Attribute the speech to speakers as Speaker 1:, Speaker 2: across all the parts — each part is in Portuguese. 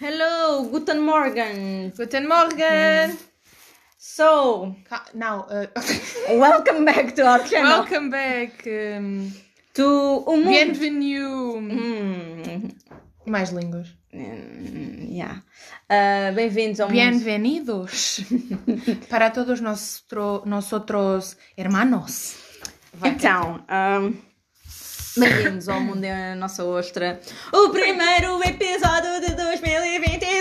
Speaker 1: Hello, guten Morgen.
Speaker 2: Guten Morgen!
Speaker 1: So,
Speaker 2: Ka- Now, uh,
Speaker 1: welcome back to our channel.
Speaker 2: welcome back! Um,
Speaker 1: To o mundo.
Speaker 2: bienvenue!
Speaker 1: Hum,
Speaker 2: Mais línguas.
Speaker 1: hum, yeah. Ah, Bem-vindos ao mundo.
Speaker 2: Bienvenidos! Para todos nostro, nosotros hermanos. Vai.
Speaker 1: Então, ahm, bem-vindos ao Mundo é a Nossa Ostra, o primeiro episódio de 2022!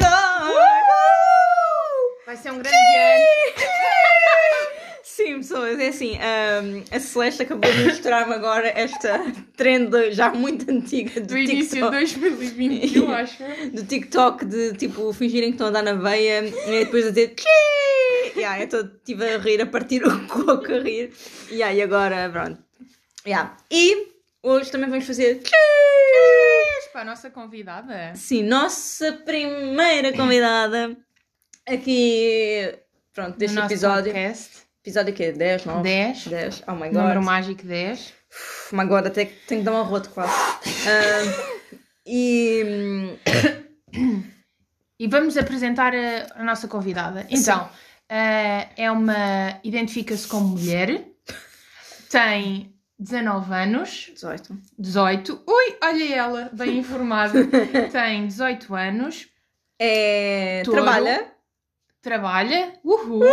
Speaker 2: Vai ser um grande ano.
Speaker 1: Sim, pessoas, é assim, ahm, a Celeste acabou de mostrar-me agora esta trend já muito antiga
Speaker 2: Do início de
Speaker 1: TikTok.
Speaker 2: 2021, acho.
Speaker 1: do TikTok de tipo fingirem que estão a dar na veia e depois a dizer "Tchê!" yeah, então estive a rir, a partir o coco a rir. Yeah, e agora, pronto. Yeah. E hoje também vamos fazer "Tchê!"
Speaker 2: Para a nossa convidada.
Speaker 1: Sim, nossa primeira convidada aqui, pronto, deste
Speaker 2: No nosso
Speaker 1: episódio.
Speaker 2: Podcast,
Speaker 1: Episódio que é 10, não?
Speaker 2: 10.
Speaker 1: 10. Oh my god.
Speaker 2: Número mágico 10.
Speaker 1: Pff, mas agora até que tenho que dar um arroto quase. Ah, e hum,
Speaker 2: E vamos apresentar a, a nossa convidada. Então, eh, é uma. identifica-se como mulher, tem 19 anos,
Speaker 1: 18.
Speaker 2: 18. Ui, olha ela, bem informada. tem 18 anos,
Speaker 1: É,
Speaker 2: Touro.
Speaker 1: trabalha.
Speaker 2: trabalha, uhul,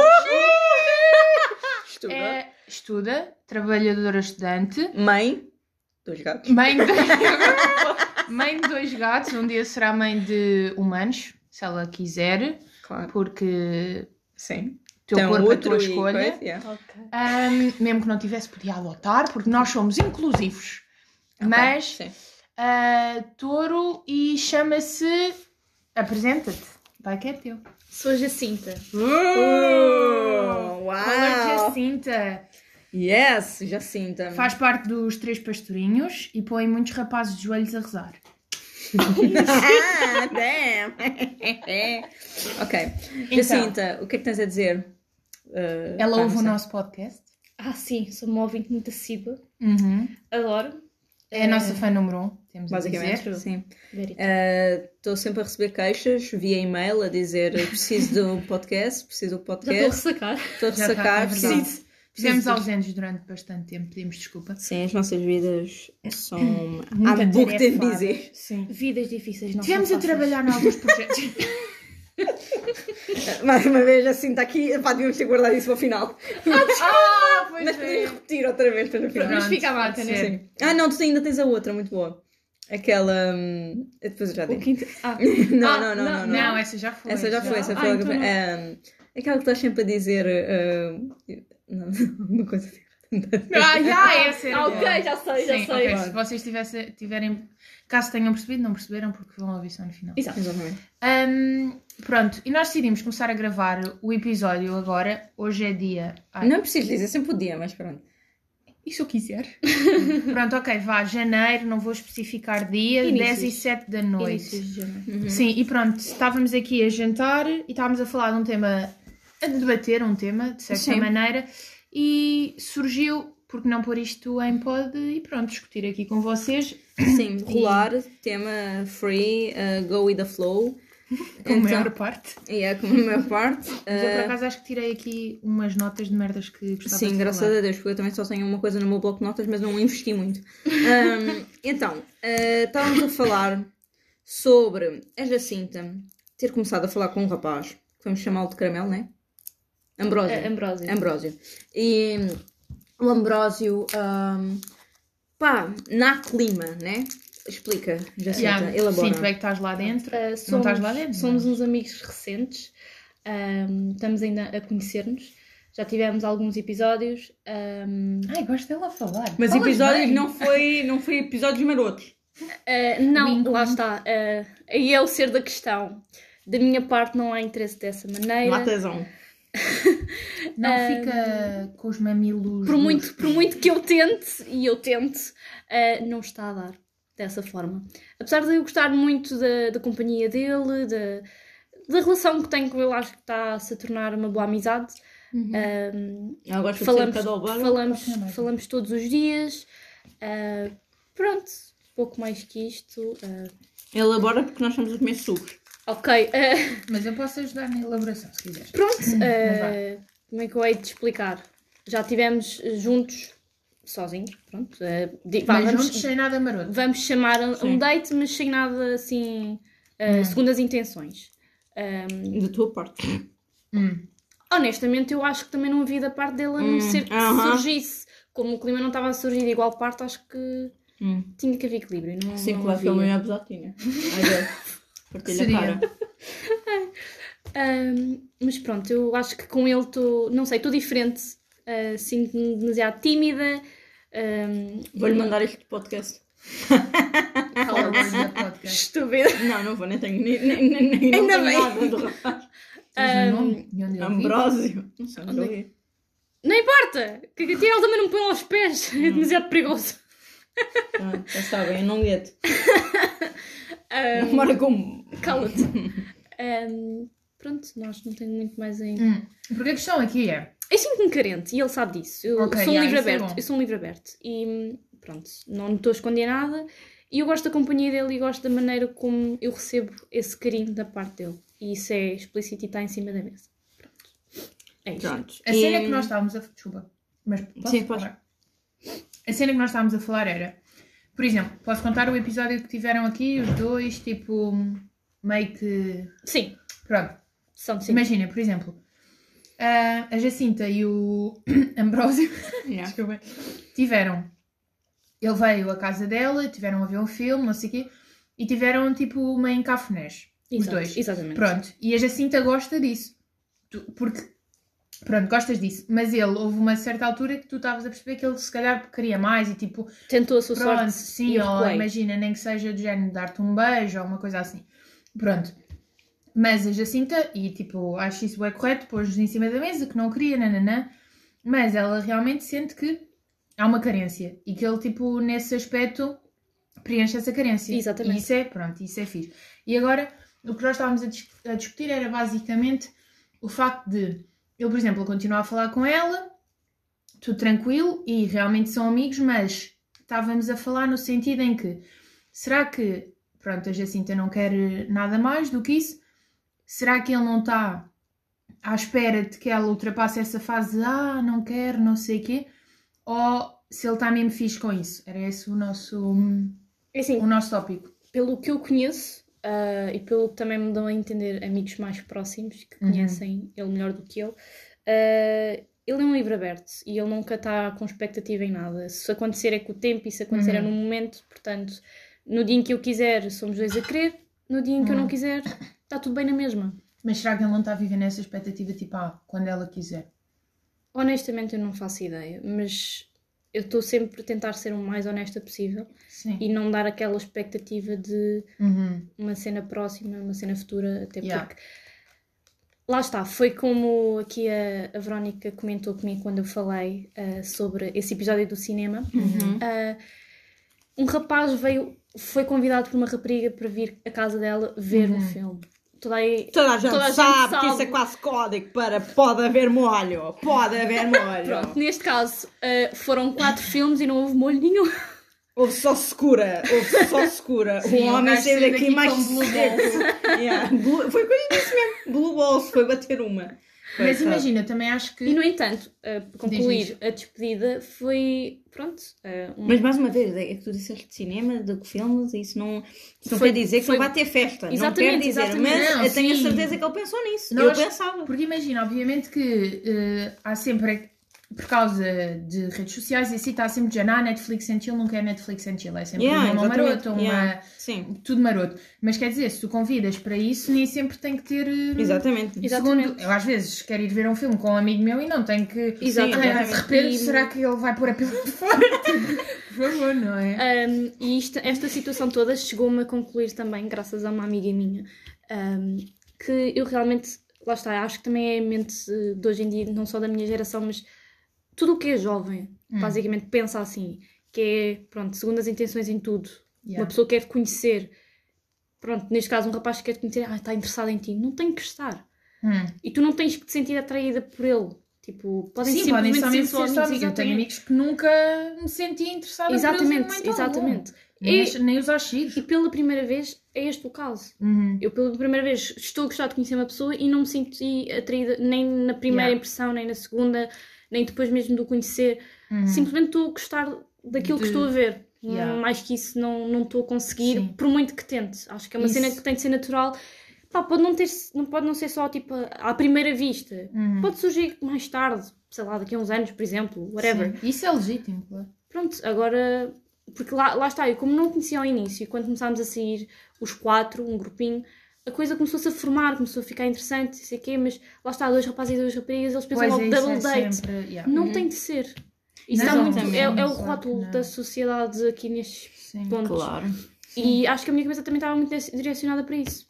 Speaker 1: Estuda.
Speaker 2: é, estuda, trabalhadora estudante,
Speaker 1: Mãe dos gatos.
Speaker 2: mãe de... mãe de dois gatos, um dia será mãe de humanos, se ela quiser,
Speaker 1: Claro.
Speaker 2: porque
Speaker 1: Sim.
Speaker 2: teu
Speaker 1: Tem um
Speaker 2: corpo é a tua
Speaker 1: e
Speaker 2: escolha.
Speaker 1: coisa, yeah. Ah,
Speaker 2: Ahm, mesmo que não tivesse, podia adotar, porque nós somos inclusivos.
Speaker 1: Ok,
Speaker 2: Mas,
Speaker 1: tá, sim.
Speaker 2: ah, touro e chama-se. Apresenta-te. Vai que é teu.
Speaker 3: Sou Jacinta.
Speaker 1: Uh,
Speaker 2: Color
Speaker 1: uau!
Speaker 2: Jacinta.
Speaker 1: Yes, Jacinta.
Speaker 2: é Faz parte dos Três Pastorinhos e põe muitos rapazes de joelhos a rezar.
Speaker 1: ah, damn! ok. Jacinta, o que é que tens a dizer? Uh,
Speaker 2: Então. Ela
Speaker 1: pá,
Speaker 2: ouve o
Speaker 1: não
Speaker 2: nosso podcast.
Speaker 3: Ah, sim, sou uma ouvinte muito assídua.
Speaker 2: Uhum.
Speaker 3: Adoro.
Speaker 2: É a nossa fã número um, temos
Speaker 1: sei.
Speaker 2: a dizer.
Speaker 1: Basicamente, sim.
Speaker 3: Very good.
Speaker 1: Estou sempre a receber queixas via e-mail a dizer preciso de um podcast, preciso do
Speaker 3: Já estou a
Speaker 1: podcast,
Speaker 3: ressacar.
Speaker 1: estou a
Speaker 2: Já tá, é
Speaker 1: ressacar,
Speaker 2: verdade.
Speaker 1: preciso. preciso
Speaker 2: Fizemos
Speaker 1: de-
Speaker 2: ausentes durante bastante tempo, pedimos desculpa.
Speaker 1: Sim, as nossas vidas são.
Speaker 2: Muito
Speaker 1: Há pouco tempo
Speaker 2: atarefadas.
Speaker 1: dizer.
Speaker 2: Sim.
Speaker 3: Vidas difíceis, não
Speaker 2: Tivemos
Speaker 3: são
Speaker 2: a
Speaker 3: fáceis.
Speaker 2: trabalhar em alguns projetos.
Speaker 3: É.
Speaker 1: Mais uma vez, assim está aqui. Pá, devíamos ter guardado isso para o final.
Speaker 2: ah, pois
Speaker 1: Mas
Speaker 2: é.
Speaker 1: podemos repetir outra vez para no final.
Speaker 2: Pronto,
Speaker 3: Mas fica a marca,
Speaker 2: pode
Speaker 3: né?
Speaker 2: ser.
Speaker 1: Sim. Ah, não, tu ainda tens a outra, muito boa. Aquela. hum, eu depois eu já
Speaker 3: O
Speaker 1: digo.
Speaker 3: quinto... Ah,
Speaker 1: Não, não,
Speaker 3: Ah,
Speaker 1: não, não, não.
Speaker 3: não,
Speaker 2: Não, essa já foi.
Speaker 1: Essa já foi, essa foi
Speaker 3: Ah,
Speaker 1: a
Speaker 3: então
Speaker 1: hum, Aquela que estás sempre a dizer. hum, não, alguma coisa.
Speaker 2: Ah, já, essa era
Speaker 3: ah,
Speaker 2: boa.
Speaker 3: ok, já sei, já
Speaker 2: Sim,
Speaker 3: sei.
Speaker 2: ok, Se vocês tivesse, tiverem. Caso tenham percebido, não perceberam porque vão ouvir só no final.
Speaker 3: Exato.
Speaker 1: Exatamente.
Speaker 2: Ahm, pronto, e nós decidimos começar a gravar o episódio agora. Hoje é dia.
Speaker 3: Ah.
Speaker 2: Ai,
Speaker 1: Não preciso dizer, é sempre podia, mas pronto.
Speaker 3: E se eu quiser?
Speaker 2: Pronto, ok, vá, janeiro, não vou especificar dia,
Speaker 3: Inícios.
Speaker 2: 10 e 7 da noite.
Speaker 3: Inícios de janeiro.
Speaker 1: Uhum.
Speaker 2: Sim, e pronto, estávamos aqui a jantar e estávamos a falar de um tema, a debater um tema, de certa
Speaker 1: Sim.
Speaker 2: maneira, e surgiu, porque não pôr isto em pod e pronto, discutir aqui com vocês.
Speaker 1: Sim, rolar, tema free, uh, go with the flow.
Speaker 2: Com
Speaker 1: Então,
Speaker 2: a maior parte.
Speaker 1: E é como a maior parte.
Speaker 2: Mas eu por
Speaker 1: uh,
Speaker 2: acaso acho que tirei aqui umas notas de merdas que gostava
Speaker 1: Sim,
Speaker 2: de
Speaker 1: graças
Speaker 2: falar.
Speaker 1: a Deus, porque eu também só tenho uma coisa no meu bloco de notas, mas não investi muito. Ahm, então, ah, estávamos a falar sobre a Jacinta ter começado a falar com um rapaz, que vamos chamá-lo de caramelo, né? Ambrósio.
Speaker 2: É,
Speaker 3: Ah, Ambrósio.
Speaker 1: Ambrósio. E o Ambrósio, ahm, pá, na clima, né? Explica, Jacinta,
Speaker 2: Yeah,
Speaker 1: elabora. Eh,
Speaker 2: Sim, tu é que estás lá dentro.
Speaker 3: Ah,
Speaker 2: não
Speaker 3: somos,
Speaker 2: estás lá dentro.
Speaker 3: Somos
Speaker 2: mas-
Speaker 3: uns amigos recentes. Ahm, estamos ainda a conhecer-nos. Já tivemos alguns episódios. Ahm,
Speaker 2: Ai, gosto dela a falar.
Speaker 1: Mas
Speaker 2: Falas
Speaker 1: episódios
Speaker 2: bem.
Speaker 1: não foi, não foi episódios marotos.
Speaker 3: Uh, não,
Speaker 2: Wink,
Speaker 3: lá está. Uh, aí é o ser da questão. Da minha parte não há interesse dessa maneira.
Speaker 1: Matazão.
Speaker 2: Não
Speaker 1: eh,
Speaker 2: fica com os mamilos.
Speaker 3: Por muito,
Speaker 2: duros.
Speaker 3: por muito que eu tente, e eu tente, uh, não está a dar dessa forma. Apesar de eu gostar muito da, da companhia dele, da, da relação que tenho com ele, acho que está a se tornar uma boa amizade. Um,
Speaker 1: Ela gosta
Speaker 3: falamos,
Speaker 1: de ser um bocado ao bar.
Speaker 3: falamos, falamos todos os dias. Ah, pronto, pouco mais que isto. ah,
Speaker 1: Elabora porque nós estamos a comer sucos.
Speaker 3: ok, ah,
Speaker 2: Mas eu posso ajudar na elaboração, se quiseres.
Speaker 3: Pronto, eh, como é que eu hei de explicar? Já estivemos juntos, sozinhos, pronto. eh, di- vá,
Speaker 2: Mas
Speaker 3: vamos,
Speaker 2: juntos, é sem nada maroto.
Speaker 3: vamos chamar a-
Speaker 1: Sim.
Speaker 3: um date, mas sem nada assim, eh, segundo as intenções. Ahm,
Speaker 1: Da tua parte.
Speaker 2: Hum.
Speaker 3: honestamente, eu acho que também não havia da parte dele a não
Speaker 1: Hum,
Speaker 3: ser que
Speaker 1: aham.
Speaker 3: surgisse. Como o clima não estava a surgir de igual parte, acho que
Speaker 1: Hum.
Speaker 3: tinha que haver equilíbrio. Não,
Speaker 1: Sim,
Speaker 3: não
Speaker 1: claro que
Speaker 3: havia.
Speaker 1: ele não é abusadinha. Olha, partilha
Speaker 2: Seria.
Speaker 1: a cara.
Speaker 3: Ahm, mas pronto, eu acho que com ele estou, não sei, estou diferente. ah, Sinto-me demasiado tímida. ahm,
Speaker 1: Vou-lhe mandar este podcast.
Speaker 2: Fala agora da podcast.
Speaker 3: Estúpida.
Speaker 1: Não, não vou, nem tenho, nem, nem, nem, nem não
Speaker 3: Ainda
Speaker 1: tenho
Speaker 3: bem.
Speaker 1: nada do rapaz.
Speaker 2: Tens o nome e onde é eu vi?
Speaker 1: Ambrósio. Não sei, onde eu vi.
Speaker 3: Não importa! Que a ele também não me põe aos pés. É demasiado perigoso.
Speaker 1: Ah, Já sabem, eu não gueto. Namora com.
Speaker 3: Hum. Cala-te. Ahm, pronto, nós não tenho muito mais em.
Speaker 2: Hum. Porque a questão aqui é...
Speaker 3: Eu sinto-me um carente e ele sabe disso. Eu
Speaker 2: Ok,
Speaker 3: sou um
Speaker 2: yeah,
Speaker 3: livro
Speaker 2: isso é
Speaker 3: aberto.
Speaker 2: bom.
Speaker 3: eu sou um livro aberto. E hum, pronto, não estou a esconder nada. E eu gosto da companhia dele e gosto da maneira como eu recebo esse carinho da parte dele. E isso é explícito e está em cima da mesa. Pronto. É isto.
Speaker 1: Pronto.
Speaker 2: A cena que nós estávamos a... Desculpa. Mas posso
Speaker 1: Sim, podes.
Speaker 2: falar? A cena que nós estávamos a falar era... Por exemplo, posso contar o episódio que tiveram aqui, os dois, tipo... Meio que...
Speaker 3: Sim,
Speaker 2: Pronto.
Speaker 3: são sim.
Speaker 2: Imagina, por exemplo, a a Jacinta e o Ambrósio
Speaker 1: Yeah.
Speaker 2: desculpa, tiveram. Ele veio à casa dela, tiveram a ver um filme, não sei o quê, e tiveram tipo uma encafunés. Os
Speaker 3: Exato,
Speaker 2: dois.
Speaker 3: Exatamente.
Speaker 2: Pronto, e a Jacinta gosta disso. Tu- porque, pronto, gostas disso. Mas ele, houve uma certa altura que tu estavas a perceber que ele se calhar queria mais e tipo,
Speaker 3: Tentou a sua
Speaker 2: Pronto,
Speaker 3: sorte.
Speaker 2: sim,
Speaker 3: e eu
Speaker 2: ou
Speaker 3: recuei.
Speaker 2: imagina, nem que seja do género dar-te um beijo ou uma coisa assim. Pronto. Mas a Jacinta, e tipo, acho isso é correto, pôs em cima da mesa que não queria, nananã, mas ela realmente sente que há uma carência e que ele, tipo, nesse aspecto preenche essa carência.
Speaker 3: Exatamente.
Speaker 2: E isso é, pronto, isso é fixe. E agora, o que nós estávamos a, dis- a discutir era basicamente o facto de ele, por exemplo, continuar a falar com ela, tudo tranquilo e realmente são amigos, mas estávamos a falar no sentido em que será que, pronto, a Jacinta não quer nada mais do que isso? Será que ele não está à espera de que ela ultrapasse essa fase de ah, não quero, não sei o quê? Ou se ele está mesmo fixe com isso? Era esse o nosso, o
Speaker 3: É assim,
Speaker 2: nosso tópico.
Speaker 3: pelo que eu conheço ah, e pelo que também me dão a entender amigos mais próximos que
Speaker 2: Uhum.
Speaker 3: conhecem ele melhor do que eu, ah, ele é um livro aberto e ele nunca está com expectativa em nada. Se acontecer é com o tempo e se acontecer é
Speaker 2: Uhum.
Speaker 3: no momento, portanto, no dia em que eu quiser somos dois a querer, no dia em que eu
Speaker 2: Uhum.
Speaker 3: não quiser está tudo bem na mesma.
Speaker 2: Mas será que ele não está a viver nessa expectativa tipo, ah, quando ela quiser?
Speaker 3: Honestamente eu não faço ideia, mas eu estou sempre a tentar ser o mais honesta possível
Speaker 2: Sim.
Speaker 3: e não dar aquela expectativa de
Speaker 2: Uhum.
Speaker 3: uma cena próxima, uma cena futura, até
Speaker 2: Yeah.
Speaker 3: porque. Lá está, foi como aqui a, a Verónica comentou comigo quando eu falei ah, sobre esse episódio do cinema.
Speaker 1: Uhum.
Speaker 3: Ah, um rapaz veio, foi convidado por uma rapariga para vir à casa dela ver um filme. Toda aí.
Speaker 1: Uhum. Toda a gente
Speaker 3: Toda a gente
Speaker 1: sabe
Speaker 3: sabe.
Speaker 1: que isso é quase código para pode haver molho, pode haver molho.
Speaker 3: Pronto, neste caso ah, foram quatro filmes e não houve molho nenhum.
Speaker 1: Houve só secura, houve só secura.
Speaker 2: Sim,
Speaker 1: o
Speaker 2: o
Speaker 1: homem
Speaker 2: gajo
Speaker 1: saiu
Speaker 2: saiu
Speaker 1: daqui
Speaker 2: daqui
Speaker 1: mais
Speaker 2: com blue
Speaker 1: seco. Yeah, blue- Foi coisa disso mesmo. Blue balls, foi bater uma. Foi,
Speaker 2: Mas
Speaker 1: sabe?
Speaker 2: imagina, também acho que.
Speaker 3: E no entanto, ah, para
Speaker 2: Diz,
Speaker 3: concluir,
Speaker 2: diz.
Speaker 3: a despedida foi. Pronto. ah, um-
Speaker 1: Mas mais uma vez, é que tu disseste de cinema, de filmes, e isso não, isso não
Speaker 3: Foi-
Speaker 1: quer dizer que
Speaker 3: foi-
Speaker 1: não vai ter festa. não quer
Speaker 3: Exatamente,
Speaker 1: dizer,
Speaker 3: exatamente.
Speaker 1: mas
Speaker 2: Não,
Speaker 1: eu tenho a
Speaker 2: sim.
Speaker 1: certeza que ele pensou nisso.
Speaker 2: Nós-
Speaker 1: Eu pensava.
Speaker 2: Porque imagina, obviamente que eh, há sempre, por causa de redes sociais e assim, está sempre dizendo, ah, Netflix and chill, nunca é Netflix and chill, é sempre
Speaker 1: Yeah,
Speaker 2: uma
Speaker 1: exatamente,
Speaker 2: marota, uma...
Speaker 1: yeah. Sim,
Speaker 2: tudo maroto. Mas quer dizer, se tu convidas para isso, nem sempre tem que ter... eh,
Speaker 1: exatamente.
Speaker 3: Exatamente.
Speaker 2: Segundo, eu às vezes quero ir ver um filme com um amigo meu e não tenho que...
Speaker 3: Exatamente.
Speaker 2: Ah, de repente,
Speaker 3: E-
Speaker 2: será que ele vai pôr a pila de fora? por favor, não é?
Speaker 3: Um, e isto- esta situação toda chegou-me a concluir também, graças a uma amiga minha, um, que eu realmente, lá está, acho que também é a mente eh, de hoje em dia, não só da minha geração, mas tudo o que é jovem,
Speaker 2: Hum.
Speaker 3: basicamente, pensa assim, que é, pronto, segundo as intenções em tudo. Uma
Speaker 2: Yeah.
Speaker 3: pessoa quer te conhecer, pronto, neste caso um rapaz que quer te conhecer, ah, está interessado em ti, não tem que estar.
Speaker 2: Hum.
Speaker 3: E tu não tens que te sentir atraída por ele. Tipo, podem
Speaker 2: Sim, podem
Speaker 3: simplesmente
Speaker 2: só
Speaker 3: ser
Speaker 2: mesmo
Speaker 3: só
Speaker 2: ser
Speaker 3: amigos.
Speaker 2: só amigos. Eu tenho
Speaker 3: exatamente.
Speaker 2: amigos que nunca me senti interessada por eles em
Speaker 3: Exatamente,
Speaker 2: momento
Speaker 3: exatamente.
Speaker 2: algum. Nem,
Speaker 3: E-
Speaker 2: os- nem os achei.
Speaker 3: E pela primeira vez é este o caso.
Speaker 2: Uhum.
Speaker 3: Eu pela primeira vez estou a gostar de conhecer uma pessoa e não me senti atraída nem na primeira
Speaker 2: Yeah.
Speaker 3: impressão, nem na segunda, nem depois mesmo de o conhecer.
Speaker 2: Uhum.
Speaker 3: Simplesmente estou a gostar daquilo
Speaker 2: De-
Speaker 3: que estou a ver. Hum,
Speaker 2: Yeah.
Speaker 3: Mais que isso não, não estou a conseguir,
Speaker 2: Sim.
Speaker 3: por muito que tente. Acho que é uma cena
Speaker 2: Isso.
Speaker 3: que tem de ser natural. Pá, pode não, ter, não pode não ser só tipo à primeira vista.
Speaker 2: Uhum.
Speaker 3: Pode surgir mais tarde, sei lá, daqui a uns anos, por exemplo, whatever.
Speaker 2: Sim. Isso é legítimo, claro.
Speaker 3: Pronto, agora. Porque lá, lá está, eu como não conhecia ao início, quando começámos a sair os quatro, um grupinho, a coisa começou-se a formar, começou a ficar interessante, não sei o quê, mas lá está, dois rapazes e duas raparigas, eles pensam logo
Speaker 2: é, isso
Speaker 3: é, double date.
Speaker 2: sempre- yeah.
Speaker 3: Não tem de ser. Isso
Speaker 2: Uhum. Não,
Speaker 3: está muito, é, é o
Speaker 2: exatamente,
Speaker 3: rótulo
Speaker 2: não.
Speaker 3: da sociedade aqui nestes
Speaker 2: Sim.
Speaker 3: pontos.
Speaker 1: Claro.
Speaker 3: E acho que a minha cabeça também estava muito direcionada para isso.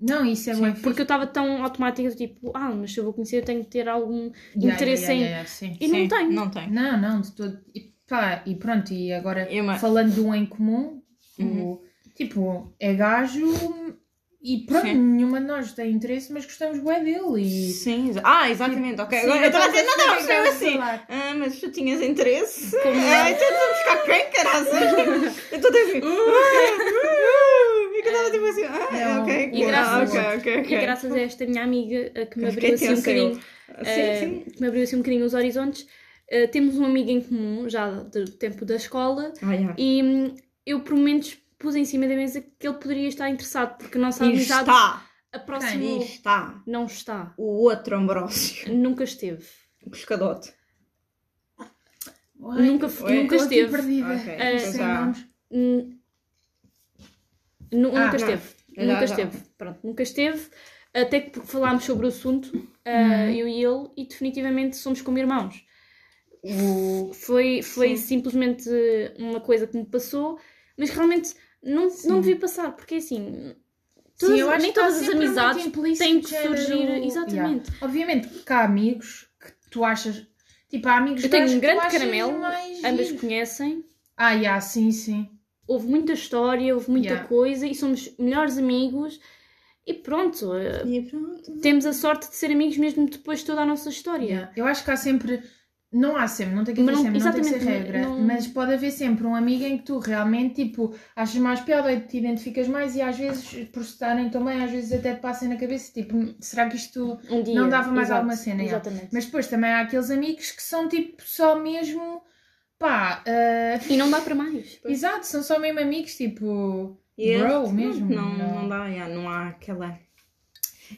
Speaker 2: Não, isso é bem
Speaker 3: Porque eu estava tão automática, do tipo, ah, mas se eu vou conhecer, eu tenho de ter algum interesse em.
Speaker 2: sim.
Speaker 3: E não tem.
Speaker 1: Não tem.
Speaker 2: Não, não, de todo. E, pá, e pronto, e agora
Speaker 1: É uma-
Speaker 2: falando de um em comum,
Speaker 1: Uhum.
Speaker 2: o- tipo, é gajo e pronto,
Speaker 1: Sim.
Speaker 2: nenhuma de nós tem interesse, mas gostamos bem dele. E...
Speaker 1: Sim, exa- ah, exatamente, ok.
Speaker 2: Sim,
Speaker 1: Agora eu estava a
Speaker 2: quase
Speaker 1: dizer, não, não,
Speaker 2: fica
Speaker 1: não, assim.
Speaker 2: cancelar.
Speaker 1: Ah, mas tu tinhas interesse? Ah, então vamos ficar quem, caralho? Eu estou a tipo. Ah, E que eu estava tipo assim, ah,
Speaker 2: Não,
Speaker 1: ok,
Speaker 3: e graças-
Speaker 1: ah, ok, ok,
Speaker 3: E
Speaker 1: ok.
Speaker 3: é graças a esta minha amiga a que me
Speaker 1: Eu
Speaker 3: abriu
Speaker 1: fiquei
Speaker 3: assim um
Speaker 1: tensa, eu.
Speaker 3: bocadinho. eh,
Speaker 1: Ah, Sim, sim.
Speaker 3: que me abriu assim um bocadinho os horizontes. Eh, temos um amigo em comum, já do tempo da escola,
Speaker 1: Ah, yeah.
Speaker 3: e hum, eu, pelo menos, pus em cima da mesa que ele poderia estar interessado, porque a nossa
Speaker 1: E
Speaker 3: amizade
Speaker 1: está,
Speaker 3: aproximou.
Speaker 1: e está.
Speaker 3: Não está.
Speaker 1: O outro Ambrósio,
Speaker 3: Nunca esteve.
Speaker 1: o pescadote.
Speaker 2: Ai,
Speaker 3: nunca
Speaker 2: estou
Speaker 3: nunca
Speaker 2: aqui
Speaker 3: esteve.
Speaker 2: perdida.
Speaker 1: Ok,
Speaker 2: Ah,
Speaker 1: então
Speaker 2: sem
Speaker 1: já.
Speaker 2: nomes.
Speaker 3: Hum, nu-
Speaker 2: Ah,
Speaker 3: nunca
Speaker 2: já.
Speaker 3: esteve.
Speaker 1: Já,
Speaker 3: nunca
Speaker 1: já.
Speaker 3: esteve. Pronto, nunca esteve. Até que porque falámos sobre o assunto,
Speaker 1: Uhum.
Speaker 3: ah, eu e ele, e definitivamente somos como irmãos. O- Foi, foi simplesmente uma coisa que me passou, mas realmente não, não devia passar, porque assim. Todas,
Speaker 2: Sim, eu acho
Speaker 3: nem
Speaker 2: que está
Speaker 3: todas as
Speaker 2: sempre muito
Speaker 3: amizades
Speaker 2: implícito
Speaker 3: têm é que
Speaker 2: que era
Speaker 3: surgir.
Speaker 2: o-
Speaker 3: Exatamente.
Speaker 2: Obviamente que há amigos que tu achas. Tipo, há amigos
Speaker 3: Eu tenho
Speaker 2: gajos que
Speaker 3: um
Speaker 2: tu
Speaker 3: grande
Speaker 2: achas
Speaker 3: caramelo,
Speaker 2: mais
Speaker 3: ambas
Speaker 2: giros.
Speaker 3: conhecem,
Speaker 2: Ah, yeah, sim, sim.
Speaker 3: houve muita história, houve muita
Speaker 2: Yeah.
Speaker 3: coisa, e somos melhores amigos, e pronto. ah,
Speaker 1: E é pronto.
Speaker 3: temos a sorte de ser amigos mesmo depois de toda a nossa história.
Speaker 2: Yeah. Eu acho que há sempre. Não há sempre, não tem que haver
Speaker 3: Mas não-
Speaker 2: sempre, não tem que ser
Speaker 3: exatamente,
Speaker 2: regra.
Speaker 3: não-
Speaker 2: Mas pode haver sempre um amigo em que tu realmente, tipo, achas mais piada ou te identificas mais e às vezes, por se estarem também, às vezes até te passem na cabeça, tipo, será que isto.
Speaker 3: Um dia.
Speaker 2: Não dava mais
Speaker 3: exato,
Speaker 2: alguma cena, yeah.
Speaker 3: Exatamente.
Speaker 2: Mas depois também há aqueles amigos que são, tipo, só mesmo. Pá. ah,
Speaker 3: E não dá para mais.
Speaker 2: Exato, são só mesmo amigos, tipo.
Speaker 1: E
Speaker 2: Bro,
Speaker 1: eu-
Speaker 2: mesmo,
Speaker 1: Não, não,
Speaker 2: não.
Speaker 1: dá, yeah, não há aquela,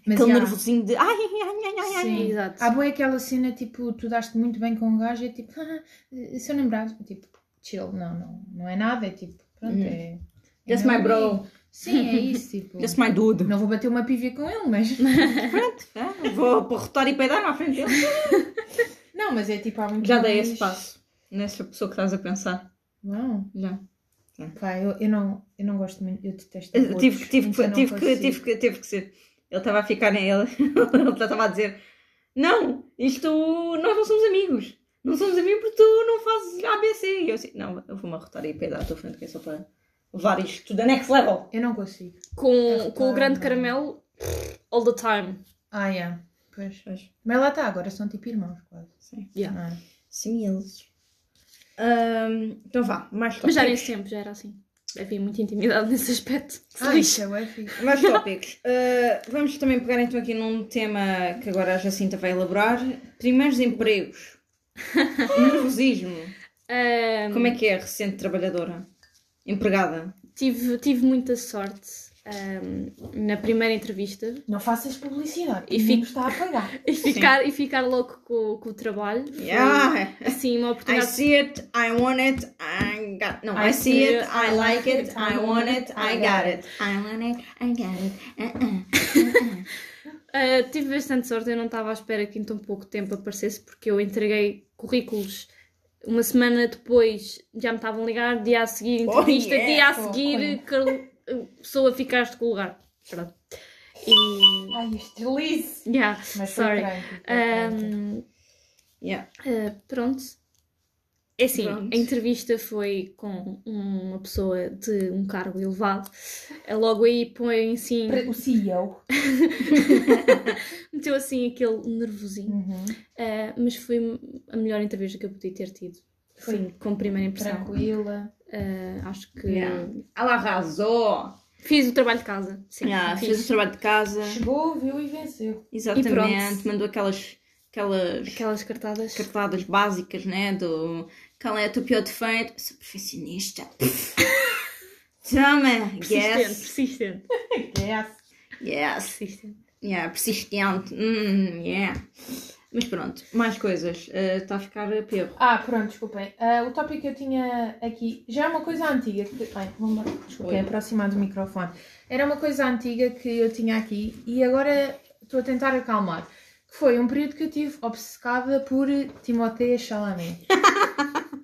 Speaker 2: Mas
Speaker 1: aquele
Speaker 2: já,
Speaker 1: nervosinho de. Ai, ai, ai, ai, ai.
Speaker 2: Sim.
Speaker 3: Exato.
Speaker 2: Há boa aquela cena, tipo, tu daste muito bem com um gajo, é tipo, ah, eh, seu namorado, tipo, chill, não, não, não é nada, é tipo, pronto,
Speaker 1: Uhum.
Speaker 2: é. é
Speaker 1: That's
Speaker 2: meu
Speaker 1: my bro.
Speaker 2: amigo. Sim, é isso, tipo.
Speaker 1: That's my dude.
Speaker 2: Não vou bater uma pívia com ele, mas.
Speaker 1: Pronto, é, vou porrotar e peidar à frente dele.
Speaker 2: Não, mas é tipo, há muito
Speaker 1: Já dei esse
Speaker 2: mais-
Speaker 1: passo. Nessa pessoa que estás a pensar.
Speaker 2: Não,
Speaker 1: Já.
Speaker 2: pá, eu, eu, não, eu não gosto muito, eu detesto.
Speaker 1: Eu Tive,
Speaker 2: acordos,
Speaker 1: tive,
Speaker 2: então
Speaker 1: que-
Speaker 2: não
Speaker 1: tive, que,
Speaker 2: consigo.
Speaker 1: tive, que, tive que ser. Ele estava a ficar em ele. Ele estava a dizer: Não, isto. Nós não somos amigos. Não somos amigos porque tu não fazes ABC. E eu assim: Não, eu vou-me arrotar aí para ir dar à tua frente, que é só para levar isto to the next level.
Speaker 2: Eu não consigo.
Speaker 3: Com, com o grande
Speaker 2: Ah,
Speaker 3: caramelo, all the time.
Speaker 2: Ah, é. Pois.
Speaker 1: Pois,
Speaker 2: Mas lá está, agora são tipo irmãos, quase.
Speaker 1: sim.
Speaker 3: Yeah.
Speaker 2: Não é?
Speaker 1: Sim, eles. Ahm, então vá, mais
Speaker 3: Mas
Speaker 1: tópicos.
Speaker 3: já nesse tempo já era assim. Havia muita intimidade nesse aspecto.
Speaker 2: Ah, isso é bué fixe.
Speaker 1: Mais tópicos. Ah, vamos também pegar então aqui num tema que agora a Jacinta vai elaborar. Primeiros empregos. Nervosismo.
Speaker 3: Ahm,
Speaker 1: Como é que é recente trabalhadora? Empregada?
Speaker 3: tive, tive muita sorte ahm, na primeira entrevista
Speaker 2: Não faças publicidade,
Speaker 3: E
Speaker 2: e
Speaker 3: fico-
Speaker 2: fico... está a pagar.
Speaker 3: e ficar, e ficar logo com, com o trabalho. Foi,
Speaker 1: Yeah.
Speaker 3: Assim, uma
Speaker 1: I
Speaker 3: oportunidade.
Speaker 1: see it, I want it, I got No, I see it, I like it, I want it, I got it. I want it, I got it. Uh-uh.
Speaker 3: Ah, tive bastante sorte, eu não estava à espera que em tão pouco tempo aparecesse, porque eu entreguei currículos uma semana depois, já me estavam a ligar, dia a seguir
Speaker 1: Oh,
Speaker 3: entrevista,
Speaker 1: yeah,
Speaker 3: dia a
Speaker 2: pô,
Speaker 3: seguir Carol- a pessoa ficaste com o lugar. Pronto. E.
Speaker 2: Ai, este liso.
Speaker 3: Yeah,
Speaker 2: Mas foi
Speaker 3: sorry.
Speaker 2: tranquilo, foi
Speaker 3: Ahm,
Speaker 1: Yeah.
Speaker 3: ah, pronto. É assim,
Speaker 1: Eh, Pronto.
Speaker 3: a entrevista foi com uma pessoa de um cargo elevado. Eh, Logo aí põe assim,
Speaker 2: O CEO.
Speaker 3: meteu assim aquele nervosinho.
Speaker 2: Uhum.
Speaker 3: Eh, mas foi a melhor entrevista que eu podia ter tido.
Speaker 2: Foi.
Speaker 3: Sim, como primeira impressão.
Speaker 2: Tranquila.
Speaker 3: Eh, acho que
Speaker 1: Yeah. Ela arrasou.
Speaker 3: fiz o trabalho de casa. Sim,
Speaker 1: Yeah,
Speaker 3: fiz.
Speaker 1: fez o trabalho de casa.
Speaker 2: Chegou, viu e venceu.
Speaker 3: E
Speaker 1: Exatamente.
Speaker 3: pronto.
Speaker 1: Mandou aquelas, aquelas
Speaker 3: Aquelas cartadas.
Speaker 1: carteladas básicas, né? Do qual é o teu pior defeito? Sou perfeccionista. Toma,
Speaker 3: Persistente,
Speaker 1: yes,
Speaker 3: persistente.
Speaker 2: Yes.
Speaker 1: yes.
Speaker 3: persistente.
Speaker 1: Yeah, persistente. Hum, yeah. Mas pronto, mais coisas. Eh, Está a ficar perro.
Speaker 2: Ah, pronto, desculpem. Ah, o tópico que eu tinha aqui já é uma coisa antiga. Que... Ai, vou-me desculpem,
Speaker 1: Oi.
Speaker 2: aproximar do microfone. Era uma coisa antiga que eu tinha aqui e agora estou a tentar acalmar. Que foi um período que eu tive obcecada por Timoteia Chalamet.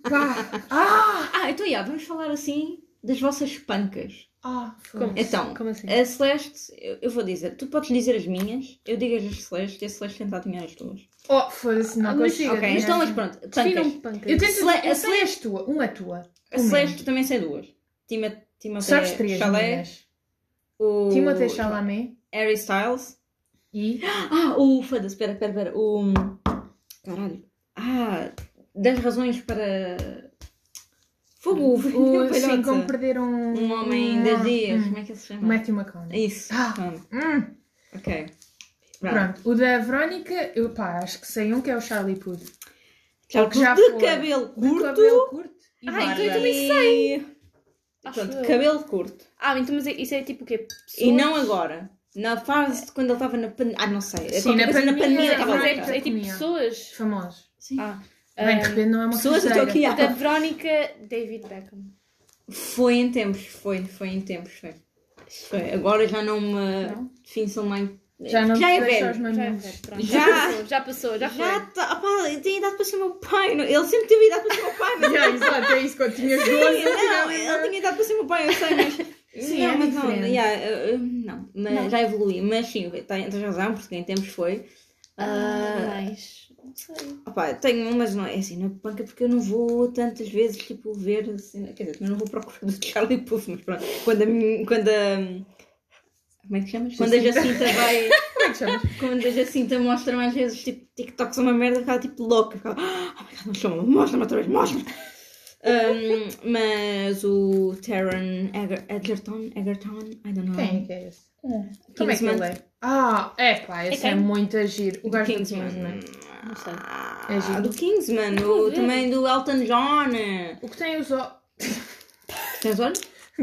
Speaker 2: Pá! Ah!
Speaker 1: Ah, então, yeah, vamos falar assim das vossas pancas.
Speaker 2: Ah, foi.
Speaker 3: Como?
Speaker 1: Então,
Speaker 3: Como assim?
Speaker 1: a Celeste, eu, eu vou dizer, tu podes dizer as minhas, eu digo as da Celeste e a Celeste tenta adivinhar as tuas.
Speaker 2: Oh, foda-se, não
Speaker 3: Ah, mas
Speaker 2: consigo.
Speaker 1: ok,
Speaker 2: adivinhar.
Speaker 1: então, mas pronto, pancas.
Speaker 3: Definam pancas.
Speaker 2: Eu tento.
Speaker 1: Cele-
Speaker 2: eu
Speaker 1: a
Speaker 2: sei as tua, uma é tua.
Speaker 1: A Celeste também sei duas. Tima-
Speaker 2: Tu sabes
Speaker 1: Timothée
Speaker 2: três
Speaker 1: Chalamet,
Speaker 2: minhas.
Speaker 1: É, o
Speaker 2: Timothée Chalamet
Speaker 1: Harry Styles.
Speaker 2: e.
Speaker 1: Ah, o foda-se, espera, espera, espera. O. Caralho. Ah, 10 razões para. Fogo,
Speaker 2: O,
Speaker 1: o
Speaker 2: sim, como perderam hum,
Speaker 1: Um homem em 10 dias. Como é que ele se chama?
Speaker 2: Matthew McConaughey.
Speaker 1: Isso.
Speaker 2: Ah.
Speaker 1: pronto,
Speaker 2: Hum,
Speaker 1: Ok. Pronto.
Speaker 2: ppronto, o da Verónica, eu pá, acho que sei um que é o Charlie Puth.
Speaker 1: Já,
Speaker 2: que já
Speaker 1: de
Speaker 2: foi.
Speaker 1: cabelo
Speaker 2: De
Speaker 1: curto.
Speaker 2: cabelo curto e
Speaker 1: Ah,
Speaker 2: barba.
Speaker 1: então eu também sei.
Speaker 3: Acho
Speaker 1: Pronto,
Speaker 3: eu.
Speaker 1: cabelo curto.
Speaker 3: Ah, então mas isso é tipo o quê? Pessoas?
Speaker 1: E não agora. Na fase de quando ele estava na pandemia. Ah, não sei.
Speaker 2: Sim,
Speaker 1: Qualquer
Speaker 2: na
Speaker 1: coisa
Speaker 2: pandemia,
Speaker 1: pandemia.
Speaker 3: Mas
Speaker 1: estava
Speaker 2: agora
Speaker 3: é,
Speaker 1: louca.
Speaker 3: é tipo
Speaker 2: Comia.
Speaker 3: pessoas.
Speaker 2: Famosos.
Speaker 1: Sim.
Speaker 3: Ah,
Speaker 2: Bem, de
Speaker 3: ah,
Speaker 2: repente não é uma
Speaker 1: Pessoas, eu estou aqui.
Speaker 2: coisa.
Speaker 3: da
Speaker 1: ah,
Speaker 3: Verónica David Beckham.
Speaker 1: Foi em tempos, foi, foi em tempos, foi. Foi. Agora já não me
Speaker 3: Não?
Speaker 1: definição mais.
Speaker 2: Já não
Speaker 1: é
Speaker 2: te deixa os
Speaker 1: velho.
Speaker 3: Já,
Speaker 2: maninhos.
Speaker 3: pronto.
Speaker 1: Já.
Speaker 3: já passou, já passou, já foi.
Speaker 1: Já tá, opá, tem idade para ser meu pai. não- Ele sempre teve idade para ser meu pai, mas
Speaker 2: Já, exato, é isso, quando tinhas
Speaker 1: Sim,
Speaker 2: duas.
Speaker 1: não, ele tinha idade para ser meu pai, eu sei, mas.
Speaker 2: Sim,
Speaker 1: não,
Speaker 2: é
Speaker 1: mas não,
Speaker 2: diferente.
Speaker 1: yeah, eu- eu- não, mas já evolui. Mas sim, tem- tens razão, porque em tempos foi. Ah,
Speaker 3: Mas. Não sei.
Speaker 1: opá, tenho um, mas não é assim, na panca, porque eu não vou tantas vezes tipo, ver. Assim, quer dizer, também não vou procurar do Charlie Puff, mas pronto. Quando a. minha- Quando a como é que chamas? Quando a Jacinta vai.
Speaker 2: Como é que chamas?
Speaker 1: Quando a Jacinta mostra mais vezes tipo, TikToks são uma merda, ficava tipo louca. Ficava, oh my god, não chama, mostra-me outra vez, mostra-me. Um, mas o Taron Eger- Egerton, Egerton, I don't know.
Speaker 2: Quem é que é esse?
Speaker 1: Hum.
Speaker 2: Como é que
Speaker 1: Kingsman.
Speaker 2: ele é? Ah, é pá, esse
Speaker 3: É
Speaker 2: é
Speaker 3: quem?
Speaker 2: muito a giro. O
Speaker 1: Do
Speaker 2: gajo do
Speaker 1: Kingsman.
Speaker 2: Kingsman.
Speaker 3: Não sei.
Speaker 1: Ah,
Speaker 2: É giro.
Speaker 1: do Kingsman,
Speaker 3: vou
Speaker 1: o,
Speaker 3: ver.
Speaker 1: também do Elton John.
Speaker 2: O que tem os ó-
Speaker 1: Tens olhos?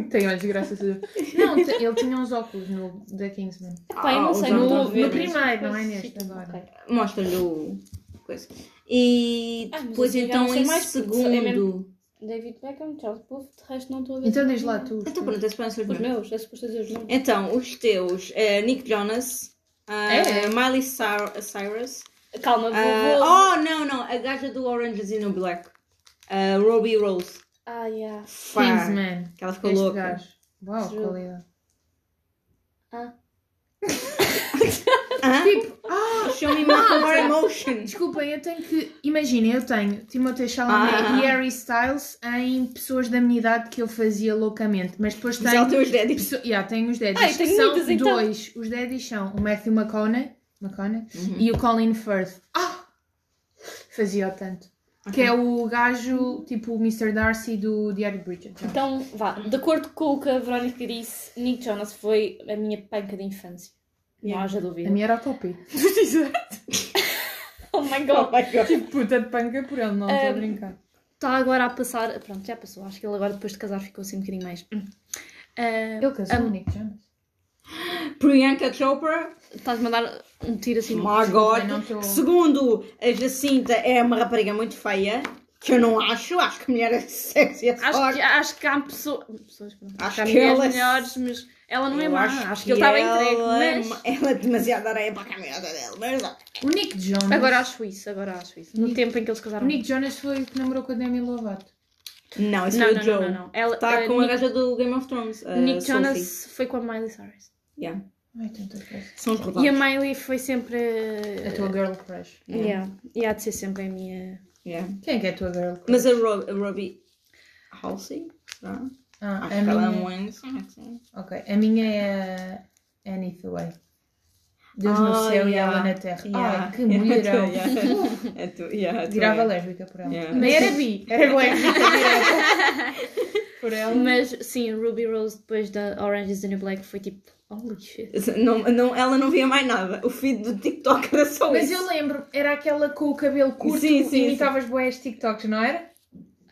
Speaker 2: Tem olhos, graças a Deus. Não, te- ele tinha uns óculos no da Kingsman.
Speaker 3: Epá, eu
Speaker 1: Ah,
Speaker 3: não
Speaker 1: os
Speaker 3: sei.
Speaker 1: olhos
Speaker 3: não
Speaker 1: estão
Speaker 3: vou
Speaker 1: a
Speaker 3: ver
Speaker 1: ver,
Speaker 2: No
Speaker 3: isso.
Speaker 2: primeiro, não é
Speaker 3: Coisas
Speaker 2: neste
Speaker 3: tipo,
Speaker 2: agora.
Speaker 3: ok.
Speaker 1: Mostra-lhe o. coisa. E
Speaker 3: Ah, mas
Speaker 1: depois
Speaker 3: assim já
Speaker 1: então
Speaker 3: não sei
Speaker 1: em
Speaker 3: mais, porque sou- é
Speaker 1: segundo.
Speaker 3: David Beckham, Charles Puff, de resto não estou a ver.
Speaker 2: Então diz lá tu.
Speaker 1: Então pronto, esse para ser os
Speaker 3: Os
Speaker 1: meus.
Speaker 3: meus, é suposto dizer os nomes.
Speaker 1: Então, os teus, eh, Nick Jonas, ah,
Speaker 2: É?
Speaker 1: Miley Cyr- Cyrus,
Speaker 3: Calma, vou.
Speaker 1: ah,
Speaker 3: vou...
Speaker 1: oh não, não, a gaja do Orange is the New Black, ah, Ruby Rose,
Speaker 3: Ah, yeah.
Speaker 1: Fá,
Speaker 2: Kingsman.
Speaker 1: que ela ficou
Speaker 2: Este
Speaker 1: louca.
Speaker 2: gajo. Uau,
Speaker 3: Juro.
Speaker 2: qualidade.
Speaker 3: Ah.
Speaker 1: Hã?
Speaker 2: Tipo, ah,
Speaker 1: Show me more, more emotion.
Speaker 2: desculpem, eu tenho que. Imaginem, eu tenho Timothée Chalamet
Speaker 1: Ah.
Speaker 2: e Harry Styles em pessoas da minha idade que eu fazia loucamente, mas depois
Speaker 1: Mas ela tem
Speaker 2: tenho.
Speaker 1: os dedos.
Speaker 2: Pesso... Yeah, tenho os daddies,
Speaker 3: Ai,
Speaker 2: que
Speaker 3: tenho
Speaker 2: são
Speaker 3: muitas, então.
Speaker 2: dois. Os daddies são o Matthew McConaughey, McConaughey e o Colin Firth. Ah! Fazia tanto. Que é o gajo, tipo o Mr. Darcy do Diário de Bridget.
Speaker 3: Então, vá, de acordo com o que a Verónica disse, Nick Jonas foi a minha panca de infância. Não
Speaker 1: Yeah.
Speaker 3: haja
Speaker 2: A
Speaker 3: dúvida.
Speaker 2: minha era o Topi.
Speaker 3: Oh my
Speaker 1: Oh
Speaker 3: god.
Speaker 1: my god.
Speaker 2: Tipo, puta de panca por ele, não estou a
Speaker 3: Um,
Speaker 2: brincar.
Speaker 3: Está agora a passar. Pronto, já passou. Acho que ele agora, depois de casar, ficou assim um bocadinho mais. hum. Ah,
Speaker 2: Ele casou com o Nick Jonas.
Speaker 1: Priyanka Chopra,
Speaker 3: Estás-me a dar um tiro assim.
Speaker 1: Margot.
Speaker 2: Desculpa, não tô-
Speaker 1: Segundo, a Jacinta é uma rapariga muito feia, que eu não acho, acho que mulher é sexy. as
Speaker 3: Acho
Speaker 1: fuck.
Speaker 3: que, é acho que há pessoas. pessoas pronto.
Speaker 1: Acho
Speaker 3: há
Speaker 1: que
Speaker 3: mulheres
Speaker 1: ela é-
Speaker 3: melhores, mas ela não é
Speaker 1: Eu
Speaker 3: má. Acho, que ele estava
Speaker 1: ela-
Speaker 3: entregue. Mas...
Speaker 1: Ela é demasiado areia para a caminhada dela, mas não.
Speaker 2: O Nick Jonas.
Speaker 3: Agora acho isso, agora acho isso. No tempo em que eles
Speaker 2: o
Speaker 3: casaram.
Speaker 2: Nick Jonas foi o que namorou com a Demi Lovato.
Speaker 1: Não, É isso
Speaker 3: Não,
Speaker 1: foi
Speaker 3: não,
Speaker 1: o
Speaker 3: não,
Speaker 1: Joe.
Speaker 3: não, não. Ela,
Speaker 1: Está
Speaker 3: eh,
Speaker 1: com
Speaker 3: Nick,
Speaker 1: a gaja do Game of Thrones. a
Speaker 3: Nick
Speaker 1: Sophie.
Speaker 3: Jonas foi com a Miley Cyrus.
Speaker 1: Yeah.
Speaker 2: Ai, tanta coisa.
Speaker 1: São os
Speaker 3: E a
Speaker 1: rodados.
Speaker 3: Miley foi sempre. eh,
Speaker 2: A tua girl crush.
Speaker 3: Yeah. E há de ser sempre a minha
Speaker 1: Yeah.
Speaker 2: Quem é que é a tua girl? crush?
Speaker 1: Mas a, Ro- a Robbie Halsey? Tá? Acho
Speaker 2: Ah, a,
Speaker 1: que ela é assim.
Speaker 2: minha...
Speaker 1: muito. Sim.
Speaker 2: ok, a minha é a Annie Thaway. Deus no
Speaker 1: Oh,
Speaker 2: céu e
Speaker 1: yeah.
Speaker 2: ela na terra.
Speaker 1: Yeah.
Speaker 2: Ai, que mulherão.
Speaker 1: É tu, yeah. É tu, yeah, tu
Speaker 2: Virava
Speaker 1: é.
Speaker 2: lésbica por ela.
Speaker 1: Yeah.
Speaker 2: Nem era bi, era lésbica direta. Por ela.
Speaker 3: Mas sim, Ruby Rose depois da Orange is the New Black foi tipo, holy shit.
Speaker 1: Não, não, ela não via mais nada. O feed do TikTok era só
Speaker 2: Mas
Speaker 1: isso.
Speaker 2: eu lembro, era aquela com o cabelo curto
Speaker 1: Sim, sim,
Speaker 2: e imitavas boés TikToks, não era?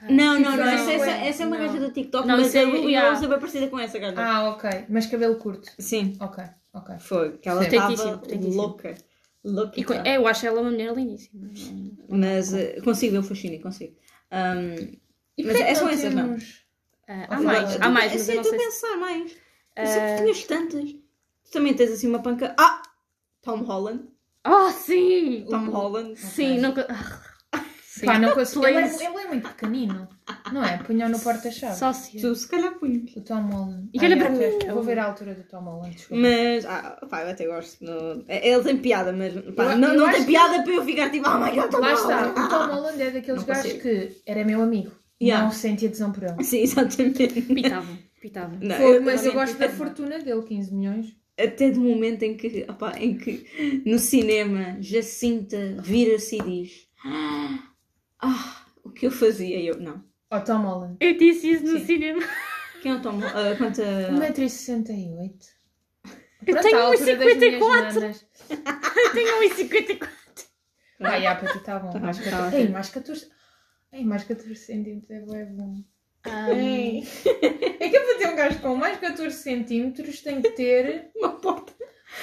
Speaker 1: Não, não, não.
Speaker 2: Não,
Speaker 1: essa, essa,
Speaker 2: é-
Speaker 1: essa é uma
Speaker 2: não.
Speaker 1: gaja do TikTok,
Speaker 3: Não,
Speaker 1: mas
Speaker 3: isso é-
Speaker 1: a Ruby
Speaker 3: yeah.
Speaker 1: Rose é bem parecida com essa gaja.
Speaker 2: Ah, ok. Mas cabelo curto.
Speaker 1: Sim.
Speaker 2: Ok, ok.
Speaker 1: Foi. Que ela
Speaker 2: Sim.
Speaker 1: estava
Speaker 3: Tantíssimo, tantíssimo.
Speaker 1: louca. Louca.
Speaker 3: E co- é, eu acho ela uma mulher lindíssima.
Speaker 1: Mas eh, consigo, eu fascino, consigo. Ahm,
Speaker 2: E
Speaker 1: Mas
Speaker 2: porquê que
Speaker 1: é só essa, não?
Speaker 2: temos-
Speaker 3: Ah,
Speaker 2: Ah,
Speaker 3: há mais,
Speaker 1: tu-
Speaker 3: há mais, mas
Speaker 1: assim,
Speaker 3: eu não
Speaker 1: tu
Speaker 3: sei. se- Eh, é-
Speaker 1: pensar mais. Eu sempre tinhas tantas. Tu também tens assim uma panca. Ah! Tom Holland.
Speaker 3: Oh, sim!
Speaker 1: Tom Holland.
Speaker 3: Sim, nunca. Ah, sim.
Speaker 2: Pá, não consigo. Ele,
Speaker 3: Please.
Speaker 2: é, ele é muito pequenino, não é? Punhou no porta-chave.
Speaker 3: Só se.
Speaker 1: Tu se calhar punhas.
Speaker 2: O Tom Holland.
Speaker 3: E olha
Speaker 2: Ai,
Speaker 3: para
Speaker 2: ok.
Speaker 3: mim.
Speaker 2: Eu Vou ver a altura do Tom Holland, desculpa.
Speaker 1: Mas, ah, pá, eu até gosto. No... é, Ele tem piada, mas pá,
Speaker 2: Eu-
Speaker 1: não,
Speaker 2: eu
Speaker 1: não
Speaker 2: acho
Speaker 1: tem
Speaker 2: que-
Speaker 1: piada para eu ficar tipo, oh my god, Tom
Speaker 2: Lá está,
Speaker 1: Holland.
Speaker 2: o Tom Holland é daqueles
Speaker 1: Não
Speaker 2: gajos
Speaker 1: consigo.
Speaker 2: que era meu amigo.
Speaker 1: Yeah.
Speaker 2: Não sentia tesão por ele.
Speaker 1: Sim, exatamente.
Speaker 3: Pitavam, pitavam.
Speaker 1: Não,
Speaker 2: Fogo, mas eu
Speaker 1: também-
Speaker 2: gosto da fortuna dele, 15 milhões.
Speaker 1: Até do momento em que, opá, em que no cinema Jacinta vira-se e diz: "Ah, ah, o que eu fazia? E eu, não.
Speaker 2: Ó, Tom Holland.
Speaker 3: Eu disse isso no
Speaker 1: Sim.
Speaker 3: cinema.
Speaker 1: Quem é o Tom Holland? Ah, quanto a-
Speaker 2: 1,68m.
Speaker 3: Eu tenho 1,54. Eu tenho 1,54.
Speaker 2: Ai, ah, para ti está bom.
Speaker 1: Tá bom,
Speaker 2: mais
Speaker 1: tá
Speaker 2: 14.
Speaker 1: bom.
Speaker 2: Ei, mais 14. Ei, mais 14 centímetros é bué bom. Ei. É que eu vou ter um gajo com mais 14 centímetros, tem que ter.
Speaker 1: Uma porta.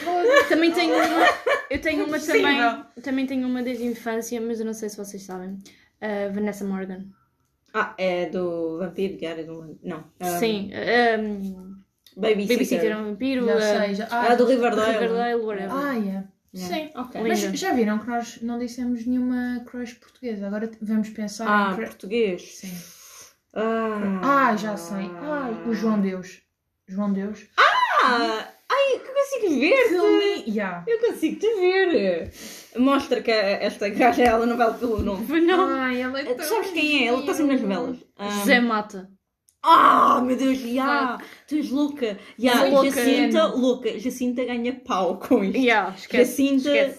Speaker 2: Foda-se.
Speaker 3: Também tenho uma. Eu tenho uma
Speaker 2: Impossível.
Speaker 3: também. Também tenho uma desde a infância, mas eu não sei se vocês sabem. Ah, Vanessa Morgan.
Speaker 1: Ah, é do Vampiro Diário do. Não. ah,
Speaker 3: Sim. Um,
Speaker 1: Baby
Speaker 3: Babysitter é
Speaker 1: Sitter.
Speaker 3: um vampiro.
Speaker 2: Não
Speaker 3: ah,
Speaker 2: sei. Já...
Speaker 1: Ah,
Speaker 2: Ah,
Speaker 1: do
Speaker 3: Riverdale,
Speaker 1: Riverdale.
Speaker 3: whatever.
Speaker 2: ah, yeah.
Speaker 1: Yeah.
Speaker 2: Sim.
Speaker 1: Ok.
Speaker 2: Mas
Speaker 3: Linda.
Speaker 2: já viram que nós não dissemos nenhuma crush portuguesa. Agora t- vamos pensar
Speaker 1: Ah,
Speaker 2: em. cru-
Speaker 1: português.
Speaker 2: Sim.
Speaker 1: Ah,
Speaker 2: Ah, já sei. Ai, o João Deus. João Deus.
Speaker 1: Ah, ai, que eu consigo ver.
Speaker 2: Filme. Yeah.
Speaker 1: Eu consigo te ver. Mostra que esta gaja ela não vale pelo nome.
Speaker 3: Não.
Speaker 2: Ai, ela é
Speaker 1: Tu
Speaker 2: tão
Speaker 1: sabes quem é? Ele está sempre nas novelas. Ah,
Speaker 3: Zé Mata.
Speaker 1: Ah, meu Deus, já! Tu és louca! Já,
Speaker 3: Sou louca.
Speaker 1: Jacinta, louca! Jacinta ganha pau com isto.
Speaker 3: Yeah,
Speaker 1: Jacinta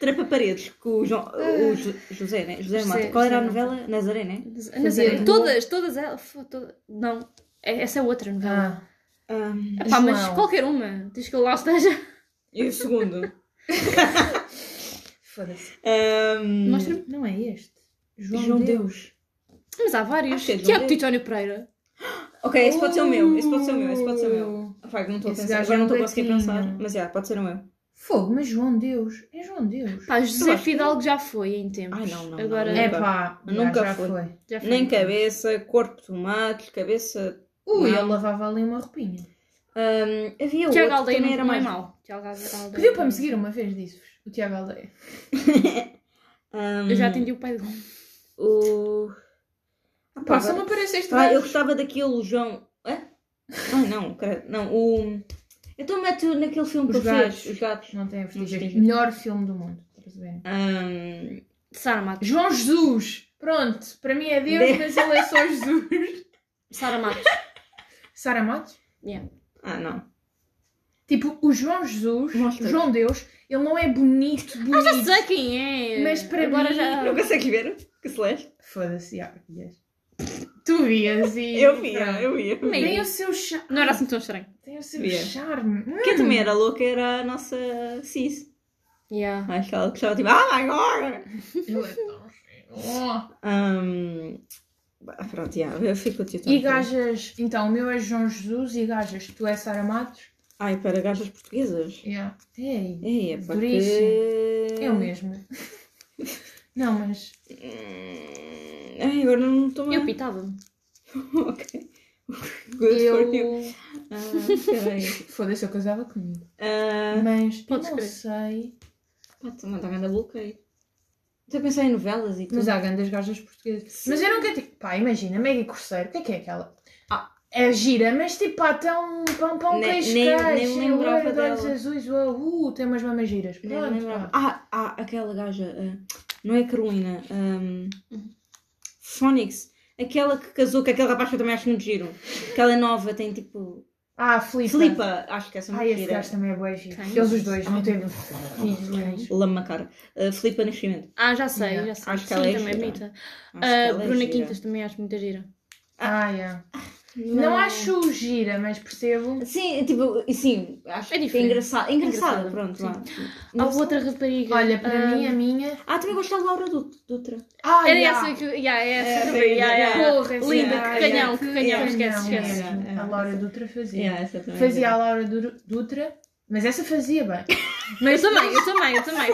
Speaker 1: trepa paredes com o, João, o Jo- José, né? José
Speaker 3: José-
Speaker 1: Mata. Qual era a
Speaker 3: José Mata.
Speaker 1: novela? Nazaré, né?
Speaker 2: Fazer-
Speaker 3: ah, é, Todas, todas elas. fo- toda- Não. É- Essa é outra novela.
Speaker 2: Ah,
Speaker 1: Ahm,
Speaker 3: Pá, mas
Speaker 2: João.
Speaker 3: qualquer uma. Diz que eu lá esteja.
Speaker 1: e o segundo?
Speaker 2: foda-se.
Speaker 1: Ahm,
Speaker 3: Mostra-me.
Speaker 2: Não é este. João,
Speaker 1: João
Speaker 2: Deus.
Speaker 1: Deus.
Speaker 3: Mas há vários.
Speaker 1: Acho que é de
Speaker 3: Tiago
Speaker 1: onde?
Speaker 3: Titónio Pereira.
Speaker 1: Ok, É, esse pode ser o meu. Esse pode ser o meu. Esse pode ser o meu. Vai, não estou a
Speaker 2: Uh. Esse
Speaker 1: pensar.
Speaker 2: gajo
Speaker 1: Agora não
Speaker 2: é um
Speaker 1: estou a conseguir
Speaker 2: gatinho.
Speaker 1: pensar. Mas já, pode ser o meu.
Speaker 2: Fogo, mas João Deus. É João Deus.
Speaker 3: Pá, José
Speaker 1: acho que-
Speaker 3: Fidalgo já foi em tempos.
Speaker 1: Ai, não, não,
Speaker 3: Agora.
Speaker 1: não.
Speaker 2: É pá,
Speaker 1: Nunca
Speaker 2: já, já
Speaker 1: foi.
Speaker 2: foi.
Speaker 3: já foi.
Speaker 1: Nem cabeça, corpo de tomate, cabeça.
Speaker 2: Ui,
Speaker 1: Não.
Speaker 2: ele lavava ali uma roupinha.
Speaker 1: Ahm, havia outro
Speaker 3: Tiago
Speaker 1: que
Speaker 3: Aldeia
Speaker 1: também
Speaker 3: não é
Speaker 1: era
Speaker 3: era
Speaker 1: mais.
Speaker 3: mais mal. Tiago Aldeia.
Speaker 2: Pediu para me seguir uma vez, disse-vos. O Tiago Aldeia.
Speaker 1: Ahm,
Speaker 3: Eu já atendi o pai dele.
Speaker 1: Hum, O. Ah, pá,
Speaker 2: Pá, só me aparece este
Speaker 1: Ah, eu
Speaker 2: gajo.
Speaker 1: gostava daquele João. Hã? Ah, não, credo. Não, o. Eu estou meto naquele filme que
Speaker 2: Os
Speaker 1: ele fez,
Speaker 2: gatos.
Speaker 1: Os Gatos.
Speaker 2: Não tem a vestígio.
Speaker 1: Vestígio.
Speaker 2: Melhor filme do mundo. para perceberem.
Speaker 1: Ahm,
Speaker 3: Sara Matos.
Speaker 2: João Jesus. Pronto, para mim é Deus,
Speaker 1: Deus.
Speaker 2: mas ele é só Jesus.
Speaker 3: Sara Matos.
Speaker 2: Sara Matos?
Speaker 3: Yeah.
Speaker 1: Ah, não.
Speaker 2: Tipo, o João Jesus,
Speaker 1: Mostra.
Speaker 2: João Deus, ele não é bonito,
Speaker 3: Ah,
Speaker 2: bonito.
Speaker 3: já sei quem é.
Speaker 2: Mas para
Speaker 3: Agora
Speaker 2: mim-
Speaker 3: já.
Speaker 1: Não consegues ver? Que celeste?
Speaker 2: Foda-se, já, vias. Tu vias e.
Speaker 1: Eu via,
Speaker 2: pronto.
Speaker 1: eu via.
Speaker 3: Amiga.
Speaker 2: Tem o seu charme.
Speaker 3: Não era assim tão estranho.
Speaker 2: Tem o seu
Speaker 1: Via.
Speaker 2: charme. Hum.
Speaker 1: Quem também era louca era a nossa Cis.
Speaker 3: Yeah.
Speaker 1: Acho que ela gostava tipo, ah, agora!
Speaker 2: Ele é tão cheio.
Speaker 1: Um, pronto, já, eu fico aqui
Speaker 2: E gajas. Então, o meu é João Jesus e gajas. Tu és Sara Matos?
Speaker 1: Ai, para gajas portuguesas.
Speaker 2: Yeah. Ei.
Speaker 1: Ei, é pá, que...
Speaker 2: Duríssimo. Eu mesmo. Não, mas.
Speaker 1: Hum, Ai, agora não estou
Speaker 3: Eu
Speaker 1: bem.
Speaker 3: pitava-me.
Speaker 1: ok. Good for you.
Speaker 2: Eu.
Speaker 1: Ah, peraí.
Speaker 2: Foda-se, eu casava comigo.
Speaker 1: Ah,
Speaker 2: Mas. eu
Speaker 3: Podes
Speaker 2: Não
Speaker 3: crer.
Speaker 2: sei.
Speaker 1: pá, tu não está vendo a boca aí. Estou a pensar em novelas e tudo.
Speaker 2: Mas há grandes gajas portuguesas.
Speaker 1: Sim.
Speaker 2: Mas eu nunca tive. Pá, imagina, Maggie Corseiro, o que é que é aquela? Ah, é gira, mas tipo, pá, tão pão, pão,
Speaker 1: Nem-
Speaker 2: queixo,
Speaker 1: nem-
Speaker 2: queixo,
Speaker 1: nem me lembrava
Speaker 2: olho de olhos
Speaker 1: dela.
Speaker 2: azuis, uau, uh, tem umas mamas giras.
Speaker 1: Não
Speaker 2: Pronto,
Speaker 1: lembrava.
Speaker 2: pá.
Speaker 1: Ah, ah, aquela gaja. ah, Não é Carolina. ahm, Phonics. Aquela que casou com aquele rapaz que eu também acho muito giro. Aquela é nova, tem tipo.
Speaker 2: Ah, Filipa.
Speaker 1: Filipa, acho que essa é uma
Speaker 2: Ai, esse
Speaker 1: gira.
Speaker 2: gajo é também é boa giro.
Speaker 3: Quem?
Speaker 2: Eles os dois, não teve.
Speaker 1: Lama cara. Ah, Filipa Nascimento.
Speaker 3: Ah, já sei,
Speaker 2: Yeah.
Speaker 3: já sei.
Speaker 1: Acho que
Speaker 3: Sim,
Speaker 1: ela é
Speaker 3: também é
Speaker 1: gira.
Speaker 3: bonita.
Speaker 1: Acho que
Speaker 3: Ah,
Speaker 1: ela é
Speaker 3: Bruna
Speaker 1: gira.
Speaker 3: Quintas também acho muita gira.
Speaker 2: Ah, yeah. Não acho gira, mas percebo.
Speaker 1: Sim, tipo, e sim, acho
Speaker 3: É
Speaker 1: que é
Speaker 3: diferente.
Speaker 1: engraçada. Engraçada,
Speaker 3: Engraçada,
Speaker 1: pronto.
Speaker 3: sim.
Speaker 1: Lá.
Speaker 3: Há outra rapariga.
Speaker 2: Olha, para
Speaker 3: ah,
Speaker 2: mim, é- a minha.
Speaker 1: Ah, também gosto da Laura Dut- Dutra.
Speaker 2: Ah,
Speaker 3: Era
Speaker 2: yeah.
Speaker 3: essa que. Yeah, é essa
Speaker 1: É,
Speaker 3: que eu vi,
Speaker 1: sim, é,
Speaker 3: yeah,
Speaker 1: yeah.
Speaker 3: yeah.
Speaker 2: Porra, essa-
Speaker 3: Linda,
Speaker 2: yeah,
Speaker 3: que canhão,
Speaker 2: yeah.
Speaker 3: que
Speaker 1: é,
Speaker 3: canhão, esquece,
Speaker 2: Canhão,
Speaker 3: esquece.
Speaker 2: yeah.
Speaker 1: Yeah,
Speaker 2: A Laura Dutra fazia.
Speaker 1: Yeah, essa também é
Speaker 2: Fazia
Speaker 1: gira.
Speaker 2: a Laura Dur- Dutra, mas essa fazia bem.
Speaker 3: Mas eu também, eu também, eu também.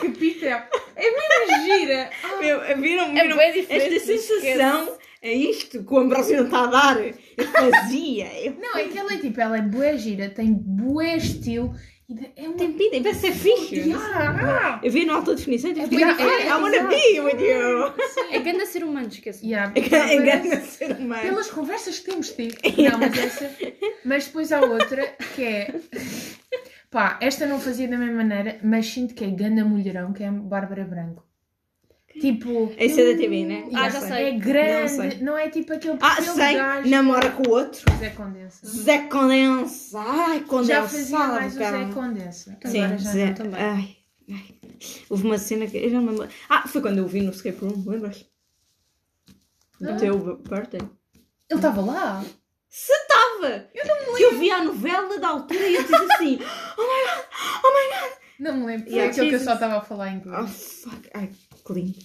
Speaker 2: que pita! É mesmo gira!
Speaker 1: Meu, viram,
Speaker 3: É
Speaker 1: viram
Speaker 3: bué diferente,
Speaker 1: esta sensação? É isto que o Ambrósio não está a dar? Eu fazia. Eu...
Speaker 2: Não, é que ela é tipo, ela é bué gira, tem bué estilo e de- é uma.
Speaker 1: Tem vida, e parece ser fixe.
Speaker 2: Yeah.
Speaker 1: Eu vi na alta definição e tive
Speaker 2: É,
Speaker 1: tipo,
Speaker 2: é, é,
Speaker 1: I wanna be with you.
Speaker 3: É grande ser humano, esquece.
Speaker 1: É
Speaker 2: Yeah,
Speaker 1: Engana ser humano.
Speaker 2: Pelas conversas que temos tido. Não, mas essa. Mas depois há outra que é. Pá, esta não fazia da mesma maneira, mas sinto que é ganda mulherão, que é a Bárbara Branco. Tipo.
Speaker 1: Essa é da TV, né?
Speaker 2: yeah,
Speaker 3: já sei.
Speaker 2: É
Speaker 1: Não
Speaker 2: grande,
Speaker 1: sei.
Speaker 2: não, é tipo aquele
Speaker 1: Ah,
Speaker 2: perfil de
Speaker 1: sei.
Speaker 2: gajo-
Speaker 1: Namora com o outro.
Speaker 2: Zé Condensa.
Speaker 1: Zé Condensa. Ai,
Speaker 2: Já
Speaker 1: condensado.
Speaker 2: fazia mais o Zé
Speaker 1: caramba.
Speaker 2: Condensa.
Speaker 1: um Sim,
Speaker 2: Agora já
Speaker 1: Zé.
Speaker 2: não.
Speaker 3: também.
Speaker 1: Ai, ai. Houve uma cena que. Eu já não me lembro. Ah, foi quando eu vi no escape room, lembras?
Speaker 2: Ah.
Speaker 1: No teu birthday.
Speaker 2: Ele estava lá.
Speaker 1: Se estava! Eu não me lembro. Eu vi a novela da altura e eu disse assim:
Speaker 2: Não me lembro. Foi
Speaker 1: Yeah,
Speaker 2: aquilo que eu
Speaker 1: Jesus.
Speaker 2: só estava a falar em
Speaker 1: Oh
Speaker 2: inglês.
Speaker 1: fuck, ai que lindo. Que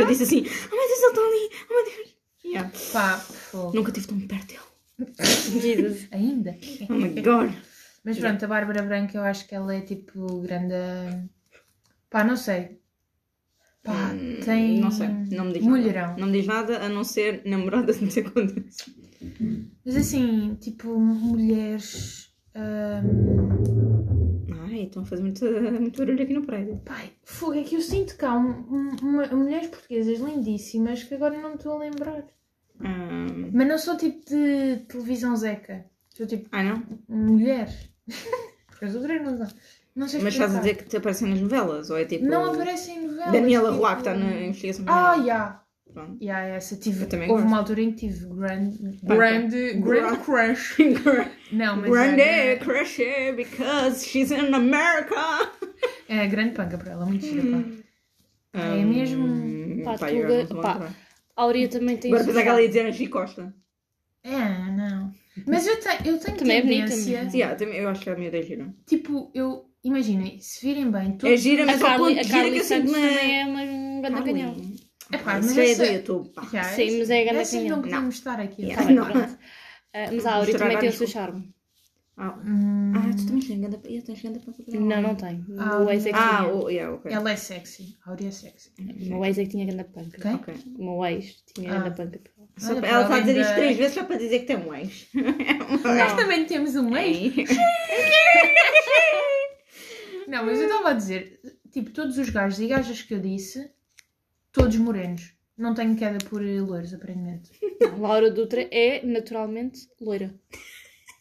Speaker 2: Ah.
Speaker 1: eu disse assim: Oh meu Deus, ele está ali! Oh meu Deus! Yeah.
Speaker 2: Pá, fogo.
Speaker 1: Nunca estive tão perto dele.
Speaker 3: Jesus.
Speaker 2: Ainda.
Speaker 1: Oh my god!
Speaker 2: Mas pronto, a Bárbara Branca eu acho que ela é tipo grande. Pá, não sei. Pá, tem.
Speaker 1: Hum, Não sei, não me diz
Speaker 2: Mulherão.
Speaker 1: nada. Não me diz nada a não ser namorada de Zé Condensa.
Speaker 2: Mas assim, tipo, mulheres. hum,
Speaker 1: Ai, estão a fazer muito, muito barulho aqui no prédio.
Speaker 2: Pai, fogo, é que eu sinto cá um, um- uma- mulheres portuguesas lindíssimas que agora não me estou a lembrar.
Speaker 1: Ah,
Speaker 2: Mas não sou tipo de televisão zeca. Sou tipo
Speaker 1: ah, não?
Speaker 2: mulheres. Porque as outras não dá. Não sei
Speaker 1: Mas estás a
Speaker 2: explicar.
Speaker 1: dizer que te aparecem nas novelas? Ou é tipo.
Speaker 2: Não aparecem em novelas.
Speaker 1: Daniela
Speaker 2: tipo-
Speaker 1: Roa que está na investigação.
Speaker 2: Ah, já.
Speaker 1: criminal. Pronto.
Speaker 2: Yeah, essa tive,
Speaker 1: Eu também
Speaker 2: houve uma
Speaker 1: gosto.
Speaker 2: altura em que tive grande,
Speaker 1: Pá,
Speaker 2: grande, grande
Speaker 1: Gra-
Speaker 2: crush. Não, mas
Speaker 1: Grande
Speaker 2: era,
Speaker 1: crush her because she's in America!
Speaker 2: é grande panca para ela, muito gira,
Speaker 1: Uhum.
Speaker 2: pá. É
Speaker 1: Hum,
Speaker 2: mesmo?
Speaker 1: Pá,
Speaker 3: Pá,
Speaker 1: eu
Speaker 3: tu
Speaker 1: era
Speaker 3: ga-
Speaker 1: muito bom
Speaker 3: pá. um
Speaker 1: também.
Speaker 3: A Áurea também tem.
Speaker 1: Agora
Speaker 3: isso.
Speaker 1: pensar que ela ia dizer Angie Costa.
Speaker 2: É, não. Mas eu tenho, eu tenho
Speaker 3: Também é bonita
Speaker 2: tendência,
Speaker 3: mesmo.
Speaker 1: Yeah, também, eu acho que a minha é gira.
Speaker 2: tipo, eu, imaginem, se virem bem, tudo...
Speaker 1: É gira,
Speaker 3: A
Speaker 1: mas ao ponto
Speaker 3: Carly,
Speaker 1: de
Speaker 3: a
Speaker 1: gira que
Speaker 3: Carly
Speaker 1: eu sinto
Speaker 3: Santos
Speaker 1: na...
Speaker 3: também é uma um grande canhão.
Speaker 2: É pá, mas
Speaker 1: Isso é do
Speaker 2: essa...
Speaker 1: YouTube, pá.
Speaker 2: Yeah,
Speaker 3: Sim, mas é grande
Speaker 2: essas
Speaker 3: canhão.
Speaker 2: não podemos estar aqui.
Speaker 1: Yeah.
Speaker 3: Tá
Speaker 2: pá.
Speaker 3: bem,
Speaker 1: Não.
Speaker 3: pronto. Ah, mas a Áurea
Speaker 1: Mostrar
Speaker 3: também tem o
Speaker 1: vários
Speaker 3: seu charme.
Speaker 1: Ah,
Speaker 2: Hum,
Speaker 1: ah, tu também tens ganda... Eu tens ganda para fazer.
Speaker 3: Não, não tem.
Speaker 2: Ah,
Speaker 3: o meu ex é que
Speaker 1: Ah,
Speaker 3: tinha.
Speaker 1: o... yeah, ok.
Speaker 2: ela é sexy, a Áurea é sexy.
Speaker 3: O meu ex é que tinha grande panca.
Speaker 2: Ok?
Speaker 1: Ok.
Speaker 3: O meu ex tinha
Speaker 2: Ah.
Speaker 3: grande panca.
Speaker 1: Só-
Speaker 2: Olha,
Speaker 1: ela está a
Speaker 2: além
Speaker 1: dizer isto
Speaker 2: da-
Speaker 1: três vezes só para dizer que tem um ex.
Speaker 2: Nós também temos um
Speaker 1: É.
Speaker 2: ex. Não, mas eu estava a dizer, tipo, todos os gajos e gajas que eu disse, todos morenos. Não tenho queda por loiros, aparentemente.
Speaker 3: Não, Laura Dutra é naturalmente loira.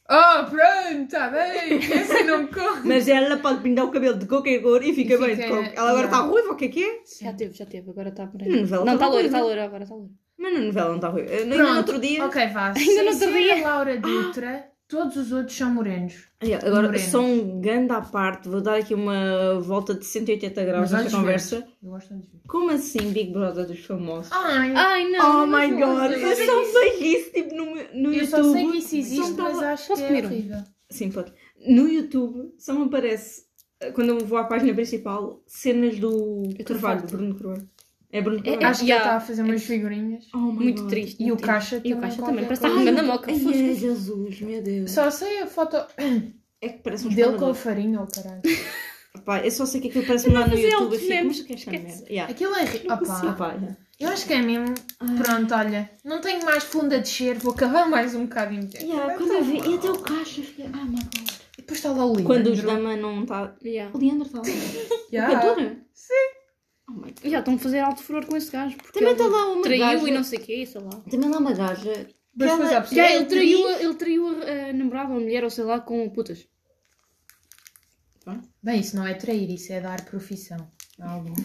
Speaker 2: Oh, pronto, está bem. Essa não corre.
Speaker 1: Mas ela pode pintar o cabelo de qualquer cor e fica
Speaker 2: E
Speaker 1: bem
Speaker 2: fica-
Speaker 1: de cor. Ela agora
Speaker 2: yeah.
Speaker 1: está ruiva, o que é que é?
Speaker 3: Já teve, já teve. Agora está por
Speaker 1: Na
Speaker 3: aí.
Speaker 1: novela
Speaker 3: Não,
Speaker 1: tá
Speaker 3: está Hum, loira,
Speaker 1: loira.
Speaker 3: está loira agora, está loira.
Speaker 1: Mas na novela não está ruiva. Eu- Ainda
Speaker 2: Pronto.
Speaker 1: no outro dia...
Speaker 2: Ok, vá. Ainda
Speaker 3: no
Speaker 2: Sem
Speaker 3: outro
Speaker 2: ser
Speaker 3: dia.
Speaker 2: a Laura Dutra, todos os outros são morenos.
Speaker 1: Olha, agora,
Speaker 2: Morenos.
Speaker 1: só um ganda à parte, vou dar aqui uma volta de 180 graus
Speaker 2: Mas olhos
Speaker 1: nesta conversa.
Speaker 2: verdes. Eu gosto de Ah, olhos verdes.
Speaker 1: Como assim Big Brother dos famosos?
Speaker 2: Ai,
Speaker 3: Ai, Ah, não.
Speaker 1: Oh my god, eu
Speaker 3: Mas
Speaker 1: só vejo isso tipo no, no
Speaker 2: eu
Speaker 1: YouTube.
Speaker 2: só sei que isso existe,
Speaker 1: Só
Speaker 2: mas
Speaker 1: tava-
Speaker 2: acho
Speaker 3: Posso
Speaker 2: que é
Speaker 3: comer um?
Speaker 2: horrível.
Speaker 1: Sim, pode. No YouTube só me aparece, eh, quando eu vou à página principal, cenas do
Speaker 3: Eu tô
Speaker 1: Carvalho,
Speaker 3: farta.
Speaker 1: Bruno Carvalho. É Bruno
Speaker 3: É-
Speaker 1: Carvalho.
Speaker 2: Acho que ele
Speaker 3: Yeah.
Speaker 2: está a fazer umas figurinhas.
Speaker 1: Oh my
Speaker 3: Muito
Speaker 1: God.
Speaker 3: triste.
Speaker 2: E o caixa
Speaker 3: E
Speaker 2: também.
Speaker 3: o caixa também.
Speaker 2: qualquer
Speaker 3: Parece que está
Speaker 2: coisa.
Speaker 3: com grande moca.
Speaker 1: Ai,
Speaker 3: fosca.
Speaker 1: ai, Jesus, meu Deus.
Speaker 2: Só sei a foto
Speaker 1: É que parece um
Speaker 2: dele com a
Speaker 1: espanador.
Speaker 2: farinha, oh caralho.
Speaker 1: Pá, eu só sei que aquilo parece lá no
Speaker 3: fazer
Speaker 1: YouTube. Eu
Speaker 3: outros
Speaker 1: fico,
Speaker 3: memes,
Speaker 1: mas o que é esta
Speaker 3: esquece.
Speaker 1: merda? Yeah.
Speaker 2: Aquilo é. ri-
Speaker 1: Ah,
Speaker 2: Opa,
Speaker 1: pá, yeah.
Speaker 2: eu acho que é mesmo. Pronto, olha, não tenho mais fundo a descer, vou acabar mais um bocado em pé.
Speaker 1: Yeah,
Speaker 3: tá
Speaker 1: quando eu vi, e até o caixa, eu fiquei, ah, my God.
Speaker 2: E depois está lá o livro.
Speaker 1: Quando os Dama não tá-" está.
Speaker 3: Yeah.
Speaker 1: O Leandro está lá.
Speaker 3: Ah,
Speaker 2: Yeah.
Speaker 3: é
Speaker 1: Cantora?
Speaker 2: Sim.
Speaker 1: Oh my God.
Speaker 3: Já estão a fazer alto furor com esse gajo. Porque
Speaker 1: Também
Speaker 3: ele
Speaker 1: está lá uma
Speaker 3: Traiu
Speaker 1: gaja.
Speaker 3: e não sei o quê, sei lá.
Speaker 1: Também lá uma gaja.
Speaker 2: Mas
Speaker 1: que
Speaker 2: depois
Speaker 1: ela-
Speaker 2: há pessoas-
Speaker 3: Já,
Speaker 1: que
Speaker 3: ele traiu, a- ele traiu a, a namorada, ou a mulher, ou sei lá, com putas.
Speaker 2: Bem, isso não é trair, isso é dar profissão.
Speaker 3: Ah,
Speaker 2: Algumas.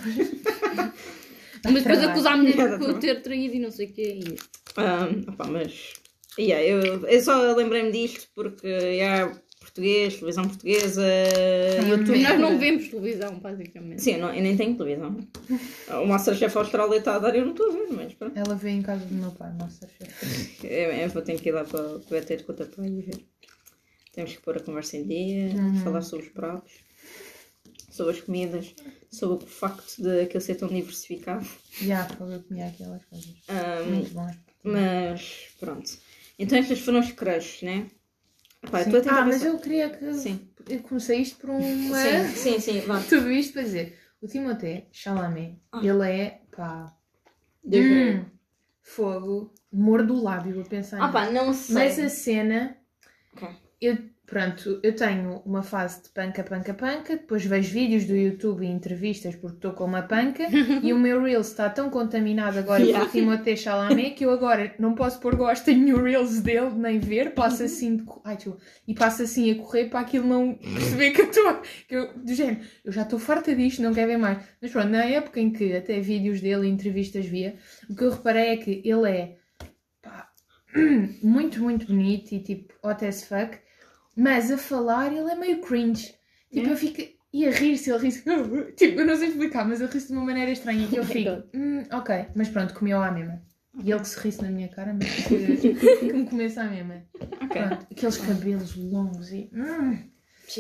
Speaker 3: Mas depois
Speaker 2: Trabalho.
Speaker 3: acusaram-me
Speaker 1: Nada,
Speaker 3: de por
Speaker 1: trabalho.
Speaker 3: ter traído e não sei o quê. e-
Speaker 1: Ah, opá, mas. Yeah, eu, eu só lembrei-me disto porque yeah, português, televisão portuguesa. YouTube.
Speaker 3: Hum. Nós não vemos televisão, basicamente.
Speaker 1: Sim, eu, não- eu nem tenho televisão. O Masterchef Austrália está a dar, eu não estou a ver, mas pronto.
Speaker 2: Ela veio em casa do meu pai, Masterchef.
Speaker 1: Eu, eu vou ter que ir lá para o BT com o teu pai e ver. Temos que pôr a conversa em dia,
Speaker 2: Uhum.
Speaker 1: falar sobre os pratos, sobre as comidas, sobre o facto de aquilo ser tão diversificado.
Speaker 2: Já, foi eu comia aquelas coisas.
Speaker 1: Ah,
Speaker 2: Muito bom.
Speaker 1: mas pronto. Então estas foram os crushes, né? Epá, eu
Speaker 2: Sim.
Speaker 1: estou a tentar
Speaker 2: Ah, mas
Speaker 1: pensar-
Speaker 2: eu é? Hum. queria que.
Speaker 1: Sim.
Speaker 2: Eu comecei isto por um, uma.
Speaker 1: Sim, sim, sim, vá.
Speaker 2: Tudo isto para dizer. é. O Timothée Chalamet, ele é. pá.
Speaker 1: Ah. Deus me-
Speaker 2: hum, fogo. Mordo o lábio a pensar
Speaker 1: Ah pá, não sei.
Speaker 2: Mas a cena.
Speaker 1: Ok.
Speaker 2: Eu, pronto, eu tenho uma fase de panca, panca, panca, depois vejo vídeos do YouTube e entrevistas porque estou com uma panca e o meu Reels está tão contaminado agora
Speaker 1: Yeah.
Speaker 2: por Timothée Chalamet que eu agora não posso pôr gosto em nenhum Reels dele, nem ver,
Speaker 1: Uhum.
Speaker 2: passo assim de co- ai, desculpa, e passo assim a correr para aquilo não perceber que eu estou que eu- do género, eu já estou farta disto, não quero ver mais. Mas pronto, na época em que até vídeos dele e entrevistas via, o que eu reparei é que ele é pá, muito, muito bonito e tipo hot as fuck, mas a falar ele é meio cringe.
Speaker 1: É?
Speaker 2: Tipo, eu fico. E a rir-se, ele ri-se. Tipo, eu não sei explicar, mas ele ri-se de uma maneira estranha que eu fico.
Speaker 1: Então.
Speaker 2: "Hum, ok, mas pronto, comeu à mesma. E ele que se risse na minha cara, mas que, que me comesse à mesma.
Speaker 1: Ok.
Speaker 2: Pronto, aqueles cabelos longos e. hum.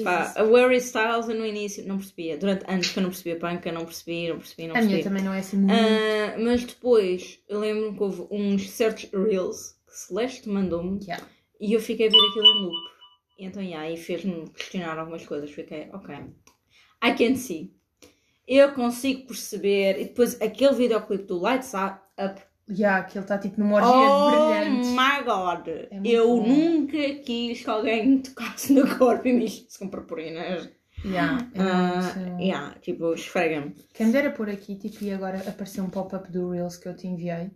Speaker 1: Pá, a Worry Styles eu no início não percebia. Durante anos que eu não percebia panca, não percebi, não percebi, não
Speaker 2: a minha
Speaker 1: percebi.
Speaker 2: também não é assim muito.
Speaker 1: Ah, mas depois eu lembro-me que houve uns certos Reels que Celeste mandou-me
Speaker 2: Yeah.
Speaker 1: e eu fiquei a ver aquilo em loop. E então, yeah, aí fez-me questionar algumas coisas. Fiquei, ok, I can see. Eu consigo perceber. E depois aquele videoclipe do Lights Up.
Speaker 2: Yeah, que ele está tipo numa orgia
Speaker 1: Oh
Speaker 2: de brilhantes.
Speaker 1: my god!
Speaker 2: É muito
Speaker 1: eu
Speaker 2: bom.
Speaker 1: nunca quis que alguém me tocasse no corpo e me visse com purpurinas.
Speaker 2: Yeah, é
Speaker 1: Ah,
Speaker 2: muito-
Speaker 1: yeah, tipo, esfrega-me.
Speaker 2: Quem me dera por aqui, tipo, e agora apareceu um pop-up do Reels que eu te enviei.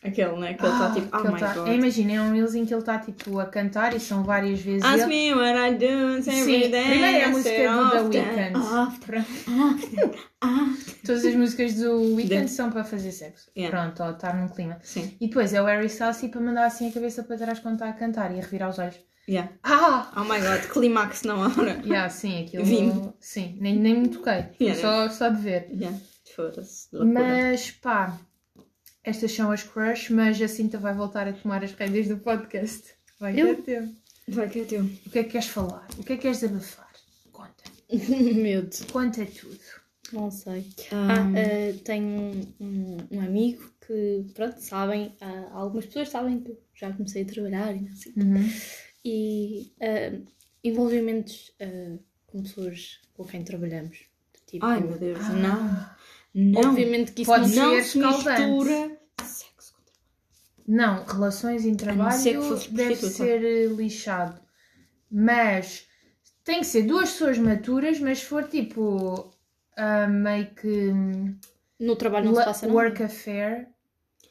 Speaker 1: Aquele, né? Que ele está tipo,
Speaker 2: que
Speaker 1: oh
Speaker 2: ele
Speaker 1: my
Speaker 2: tá-
Speaker 1: god.
Speaker 2: Imagina, é um Reels em que ele está tipo a cantar e são várias vezes.
Speaker 1: Ask
Speaker 2: ele...
Speaker 1: me what I do it's every
Speaker 2: Sim,
Speaker 1: day.
Speaker 2: primeiro é a
Speaker 1: I say Ah,
Speaker 2: música do
Speaker 1: often,
Speaker 2: The Weeknd.
Speaker 1: often,
Speaker 2: Pronto.
Speaker 1: often, often.
Speaker 2: Todas as músicas do Weeknd
Speaker 1: Da-
Speaker 2: são para fazer sexo.
Speaker 1: Yeah.
Speaker 2: Pronto, ou estar num clima.
Speaker 1: Sim,
Speaker 2: E depois é o Harry Styles tipo, a mandar assim a cabeça para trás quando está a cantar e a revirar os olhos.
Speaker 1: yeah.
Speaker 2: Ah!
Speaker 1: Oh my god, clímax na hora.
Speaker 2: Yeah, sim, aquilo.
Speaker 1: Vim.
Speaker 2: Sim, nem, nem me toquei.
Speaker 1: Yeah.
Speaker 2: Só, só de ver.
Speaker 1: Yeah. Foda-se, loucura.
Speaker 2: Mas pá, estas são as crush, mas a Jacinta vai voltar a tomar as rédeas do podcast. Vai ter
Speaker 3: Eu?
Speaker 2: tempo.
Speaker 1: Vai que é teu.
Speaker 2: O que é que queres falar? O que é que queres abafar? Conta.
Speaker 3: Medo.
Speaker 2: Conta tudo.
Speaker 3: Não sei. Ah,
Speaker 1: Ah,
Speaker 3: ah, tenho um, um- um amigo que, pronto, sabem, ah, algumas pessoas sabem que eu já comecei a trabalhar e não sei. E ah, envolvimentos ah, com pessoas com quem trabalhamos. Tipo,
Speaker 1: Ai meu Deus,
Speaker 2: Ah,
Speaker 1: não. Não.
Speaker 3: Obviamente que isso
Speaker 2: Pode
Speaker 3: não
Speaker 2: ser.
Speaker 1: Não se
Speaker 2: escaldante.
Speaker 1: mistura sexo com
Speaker 2: Não, relações em
Speaker 1: A não ser que
Speaker 2: trabalho
Speaker 1: fosse
Speaker 2: deve
Speaker 1: prostituta.
Speaker 2: ser eh, lixado. Mas tem que ser duas pessoas maturas, mas se for tipo ah, meio que hum,
Speaker 3: no trabalho não
Speaker 2: la-
Speaker 3: se passa nada.
Speaker 2: work affair,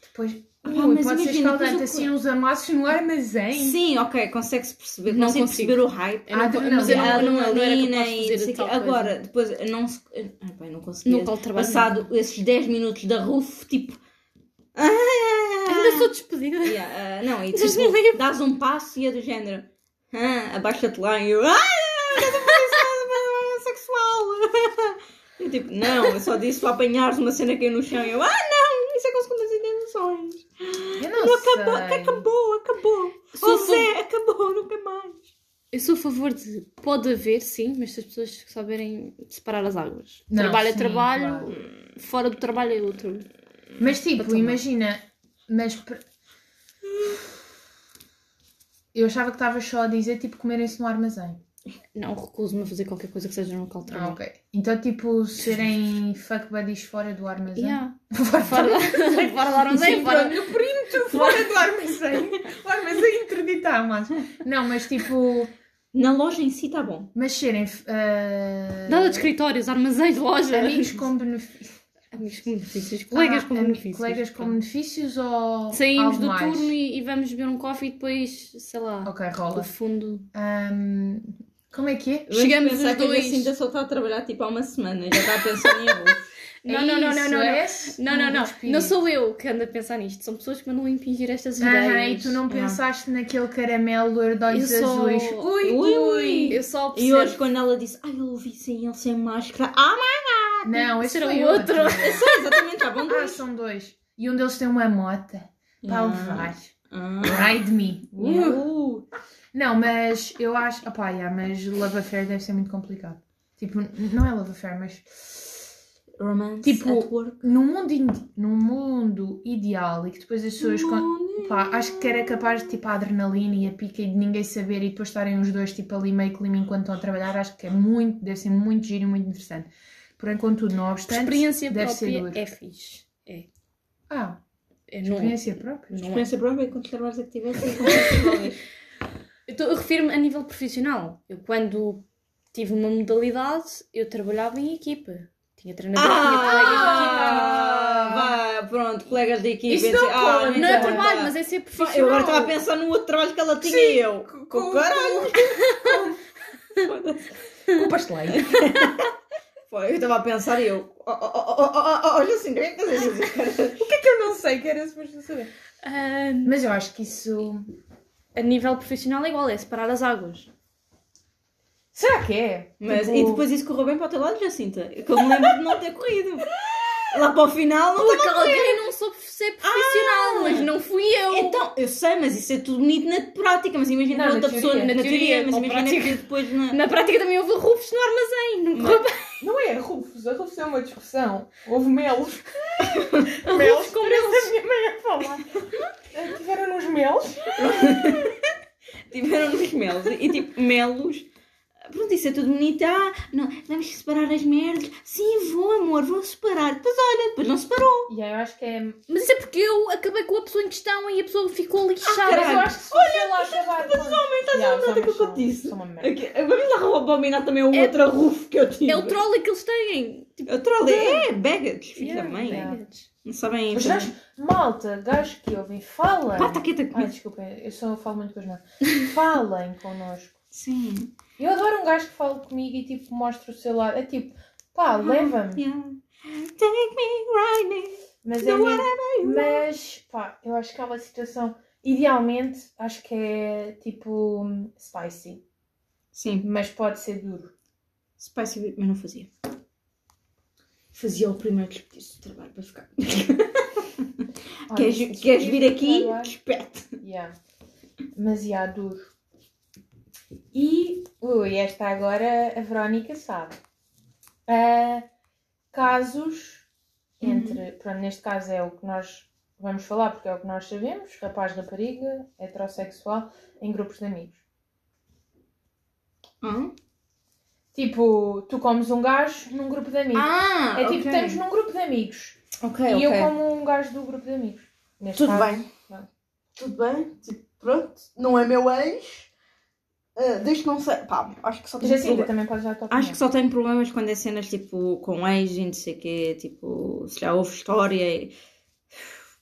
Speaker 2: depois
Speaker 1: Ah,
Speaker 2: Ui,
Speaker 1: mas
Speaker 2: pode ser
Speaker 1: imagina, depois
Speaker 2: escaldante
Speaker 1: o-
Speaker 2: assim uns amassos no armazém.
Speaker 1: Sim, ok, consegue-se perceber,
Speaker 3: Não
Speaker 1: consegue
Speaker 3: consigo.
Speaker 1: perceber o hype.
Speaker 3: Eu não,
Speaker 2: Ah,
Speaker 3: co-
Speaker 2: não,
Speaker 3: mas eu não,
Speaker 1: a
Speaker 3: eu não, eu não era
Speaker 1: adrenalina
Speaker 3: capaz
Speaker 1: e
Speaker 3: de fazer
Speaker 1: não é sei o quê.
Speaker 3: tal coisa.
Speaker 1: Agora, depois não se. Ah, pá, eu não conseguia.
Speaker 3: No qual trabalho.
Speaker 1: Passado esses 10 minutos da RUF, tipo. ah,
Speaker 3: Ainda sou despedida.
Speaker 1: Yeah, ah, não, e
Speaker 3: Deus me
Speaker 1: tipo, dás um passo e é do género. Ah, abaixa-te lá e eu. Ai, ah, estás a fazer sexual. Eu tipo, não, eu só disse tu apanhares uma cena caiu no chão e eu. Ah, não, isso é com segundas intenções.
Speaker 2: Eu não, sei.
Speaker 1: Acabou, acabou.
Speaker 3: Sou
Speaker 1: Oh, Zé, acabou, nunca mais.
Speaker 3: Eu sou a favor de. Pode haver, sim, mas se as pessoas souberem separar as águas.
Speaker 2: Não,
Speaker 3: trabalho é
Speaker 2: sim,
Speaker 3: trabalho, fora do trabalho é outro.
Speaker 2: Mas tipo,
Speaker 3: também.
Speaker 2: imagina, mas pre- eu achava que estavas só a dizer tipo comerem-se no armazém.
Speaker 3: Não, recuso-me a fazer qualquer coisa que seja no local de
Speaker 2: Ah,
Speaker 3: trabalho.
Speaker 2: ok. Então tipo serem fuck buddies fora do armazém.
Speaker 3: Yeah.
Speaker 2: Fora,
Speaker 3: Fora da fora da armazém,
Speaker 2: Sim,
Speaker 3: fora.
Speaker 2: no perímetro fora do armazém. O armazém interditar, mas não, mas tipo,
Speaker 1: Na loja em si tá bom.
Speaker 2: mas serem ah,
Speaker 3: Nada de escritórios, armazéns, loja.
Speaker 2: amigos com benefícios,
Speaker 3: Amigos com benefícios. Colegas
Speaker 2: Ah,
Speaker 3: com
Speaker 2: ami-
Speaker 3: benefícios. tipo.
Speaker 2: colegas com benefícios ou
Speaker 3: Saímos
Speaker 2: algo
Speaker 3: do
Speaker 2: mais?
Speaker 3: turno e, e vamos beber um coffee e depois, sei lá,
Speaker 2: Ok,
Speaker 3: do
Speaker 2: rola.
Speaker 3: fundo.
Speaker 2: Ahm, como é que é?
Speaker 1: Mas
Speaker 3: Chegamos
Speaker 1: pensar
Speaker 3: os
Speaker 1: que a
Speaker 3: dois.
Speaker 1: Jacinta só está a trabalhar tipo há uma semana e já está a pensar em avô.
Speaker 2: É
Speaker 3: Não, não, não, não, não, não. Não, não, não. Não
Speaker 2: sou.
Speaker 3: sou eu que ando a pensar nisto. São pessoas que mandam impingir estas
Speaker 2: Ah,
Speaker 3: ideias.
Speaker 2: e tu não
Speaker 4: Yeah.
Speaker 2: pensaste naquele caramelo loiro de olhos
Speaker 3: Eu sou-
Speaker 2: azuis. Ui,
Speaker 1: Ui.
Speaker 2: ui.
Speaker 3: Eu só
Speaker 1: E
Speaker 3: observo.
Speaker 1: hoje, quando ela disse, ai, eu ouvi sem ele sem máscara. Ah, mas
Speaker 2: Não, esse
Speaker 3: Será
Speaker 2: foi
Speaker 3: o um outro.
Speaker 2: outro.
Speaker 1: é exatamente, tá bom?
Speaker 2: Ah, são dois. E um deles tem uma mota para levar.
Speaker 1: Ah.
Speaker 2: Ride me.
Speaker 1: Uh.
Speaker 2: Não, mas eu acho. Opá, yeah, mas Love Affair deve ser muito complicado. Tipo, n- não é Love Affair, mas.
Speaker 1: Romance
Speaker 2: Tipo,
Speaker 1: at work.
Speaker 2: Num mundo, in- num mundo ideal e que depois as pessoas. con- Pá, acho que era capaz de tipo a adrenalina e a pica e de ninguém saber e depois estarem os dois tipo ali meio que lima enquanto estão a trabalhar, acho que é muito, deve ser muito giro e muito interessante. Porém, contudo, não obstante.
Speaker 3: Experiência
Speaker 2: deve ser duro.
Speaker 3: própria é fixe. É.
Speaker 2: Ah,
Speaker 3: É, não,
Speaker 2: experiência própria.
Speaker 3: não é.
Speaker 1: Experiência própria quantos trabalhos é que tiveste e quantos é que desenvolves?
Speaker 3: Eu, tô- eu refiro-me a nível profissional. Eu, quando tive uma modalidade, eu trabalhava em equipa. Tinha treinador,
Speaker 1: Tipo,
Speaker 3: tinha colegas
Speaker 1: Ah, vá, pronto, colegas de equipa.
Speaker 2: Isso
Speaker 1: e dizer,
Speaker 2: não
Speaker 1: "Ah,
Speaker 2: conta."
Speaker 3: de equipa. Não é
Speaker 1: conta."
Speaker 3: trabalho, mas é ser profissional.
Speaker 1: Eu agora estava a pensar no outro trabalho que ela tinha e eu. Com caralho!
Speaker 2: Com pasteleiro.
Speaker 1: Foi, eu estava a pensar e eu. "Oh, oh, oh, oh, oh, oh, Olha assim, ninguém quer dizer. O que é que eu não sei que era suposto saber?
Speaker 3: Ah,
Speaker 2: Mas eu acho que isso.
Speaker 3: a nível profissional é igual, é separar as águas.
Speaker 2: Será que é?
Speaker 1: Mas,
Speaker 2: Tipo,
Speaker 1: E depois isso correu bem para o teu lado, Jacinta. Que eu me lembro de não ter corrido. Lá para o final, não tá
Speaker 3: Porque alguém não soube ser profissional, mas não fui eu.
Speaker 1: Então, eu sei, mas isso é tudo bonito na prática, mas imagina
Speaker 2: Não, na
Speaker 1: outra
Speaker 2: teoria.
Speaker 1: pessoa na,
Speaker 3: Na
Speaker 1: teoria,
Speaker 3: teoria,
Speaker 1: mas
Speaker 3: ou
Speaker 1: imagina
Speaker 3: prática.
Speaker 1: que depois na.
Speaker 3: Na prática também houve rufos no armazém. Não correu bem.
Speaker 2: Não é Rufus, a Rufus é uma discussão. Houve melos.
Speaker 3: Rufos com eles.
Speaker 2: minha mãe a falar. Tiveram nos eh, melos.
Speaker 1: Tiveram nos melos e tipo, melos. Pronto, isso é tudo bonito. Ah, não, vamos separar as merdas. Sim, vou, amor, vou separar. Depois olha, depois não separou.
Speaker 2: E aí eu acho que é.
Speaker 3: Mas isso é porque eu acabei com a pessoa em questão e a pessoa ficou lixada.
Speaker 2: Mas eu acho que se fosse lá acabar. Olha,
Speaker 1: estás a notar que eu te disse? Aqui, Vamos lá abominar também o
Speaker 3: É-
Speaker 1: outro arrufo que eu tive.
Speaker 3: é o trolley que eles têm. Tipo,
Speaker 1: Eu trolei. É, baggage, filho
Speaker 2: Yeah,
Speaker 1: da mãe.
Speaker 2: yeah.
Speaker 1: Não sabem.
Speaker 2: Mas gajo, malta, gajo que ouvem, falem.
Speaker 1: Pá, tá aqui, tá aqui.
Speaker 2: Ai, desculpa, eu só falo muito com as mãos. Falem connosco.
Speaker 1: Sim.
Speaker 2: Eu adoro um gajo que fala comigo e tipo mostra o seu lado. É tipo, pá,
Speaker 1: Uhum.
Speaker 2: leva-me.
Speaker 1: Yeah. Take me right now.
Speaker 2: Mas,
Speaker 1: Do
Speaker 2: é mesmo- mas pá, eu acho que há uma situação. Idealmente, acho que é tipo spicy.
Speaker 1: Sim,
Speaker 2: Mas pode ser duro.
Speaker 1: spicy, bit, mas não fazia. Fazia o primeiro despedido de trabalho para ficar.
Speaker 2: Olha,
Speaker 1: Queres,
Speaker 2: se
Speaker 1: queres vir aqui?
Speaker 2: trabalhar-
Speaker 1: Despete.
Speaker 2: Yeah. Mas já, duro. E, ui, esta agora a Verónica sabe. Ah, casos
Speaker 1: Uhum.
Speaker 2: entre, pronto, neste caso é o que nós vamos falar, porque é o que nós sabemos, rapaz, rapariga, heterossexual, em grupos de amigos.
Speaker 1: Hã?
Speaker 2: Tipo, tu comes um gajo num grupo de amigos.
Speaker 1: Ah,
Speaker 2: é tipo, estamos num grupo de amigos.
Speaker 1: Ok,
Speaker 2: e
Speaker 1: ok.
Speaker 2: eu como um gajo do grupo de amigos. Neste
Speaker 1: Tudo
Speaker 2: caso,
Speaker 1: bem.
Speaker 2: pronto.
Speaker 1: Tudo bem. Tipo, pronto. Não é meu ex. Ah, desde que não sei. Pá, acho que só tenho
Speaker 2: Jacinta,
Speaker 1: problemas.
Speaker 2: também podes dar a tua
Speaker 1: Acho
Speaker 2: opinião.
Speaker 1: que só tenho problemas quando é cenas tipo com ex e não sei o quê. Tipo, se já houve história e.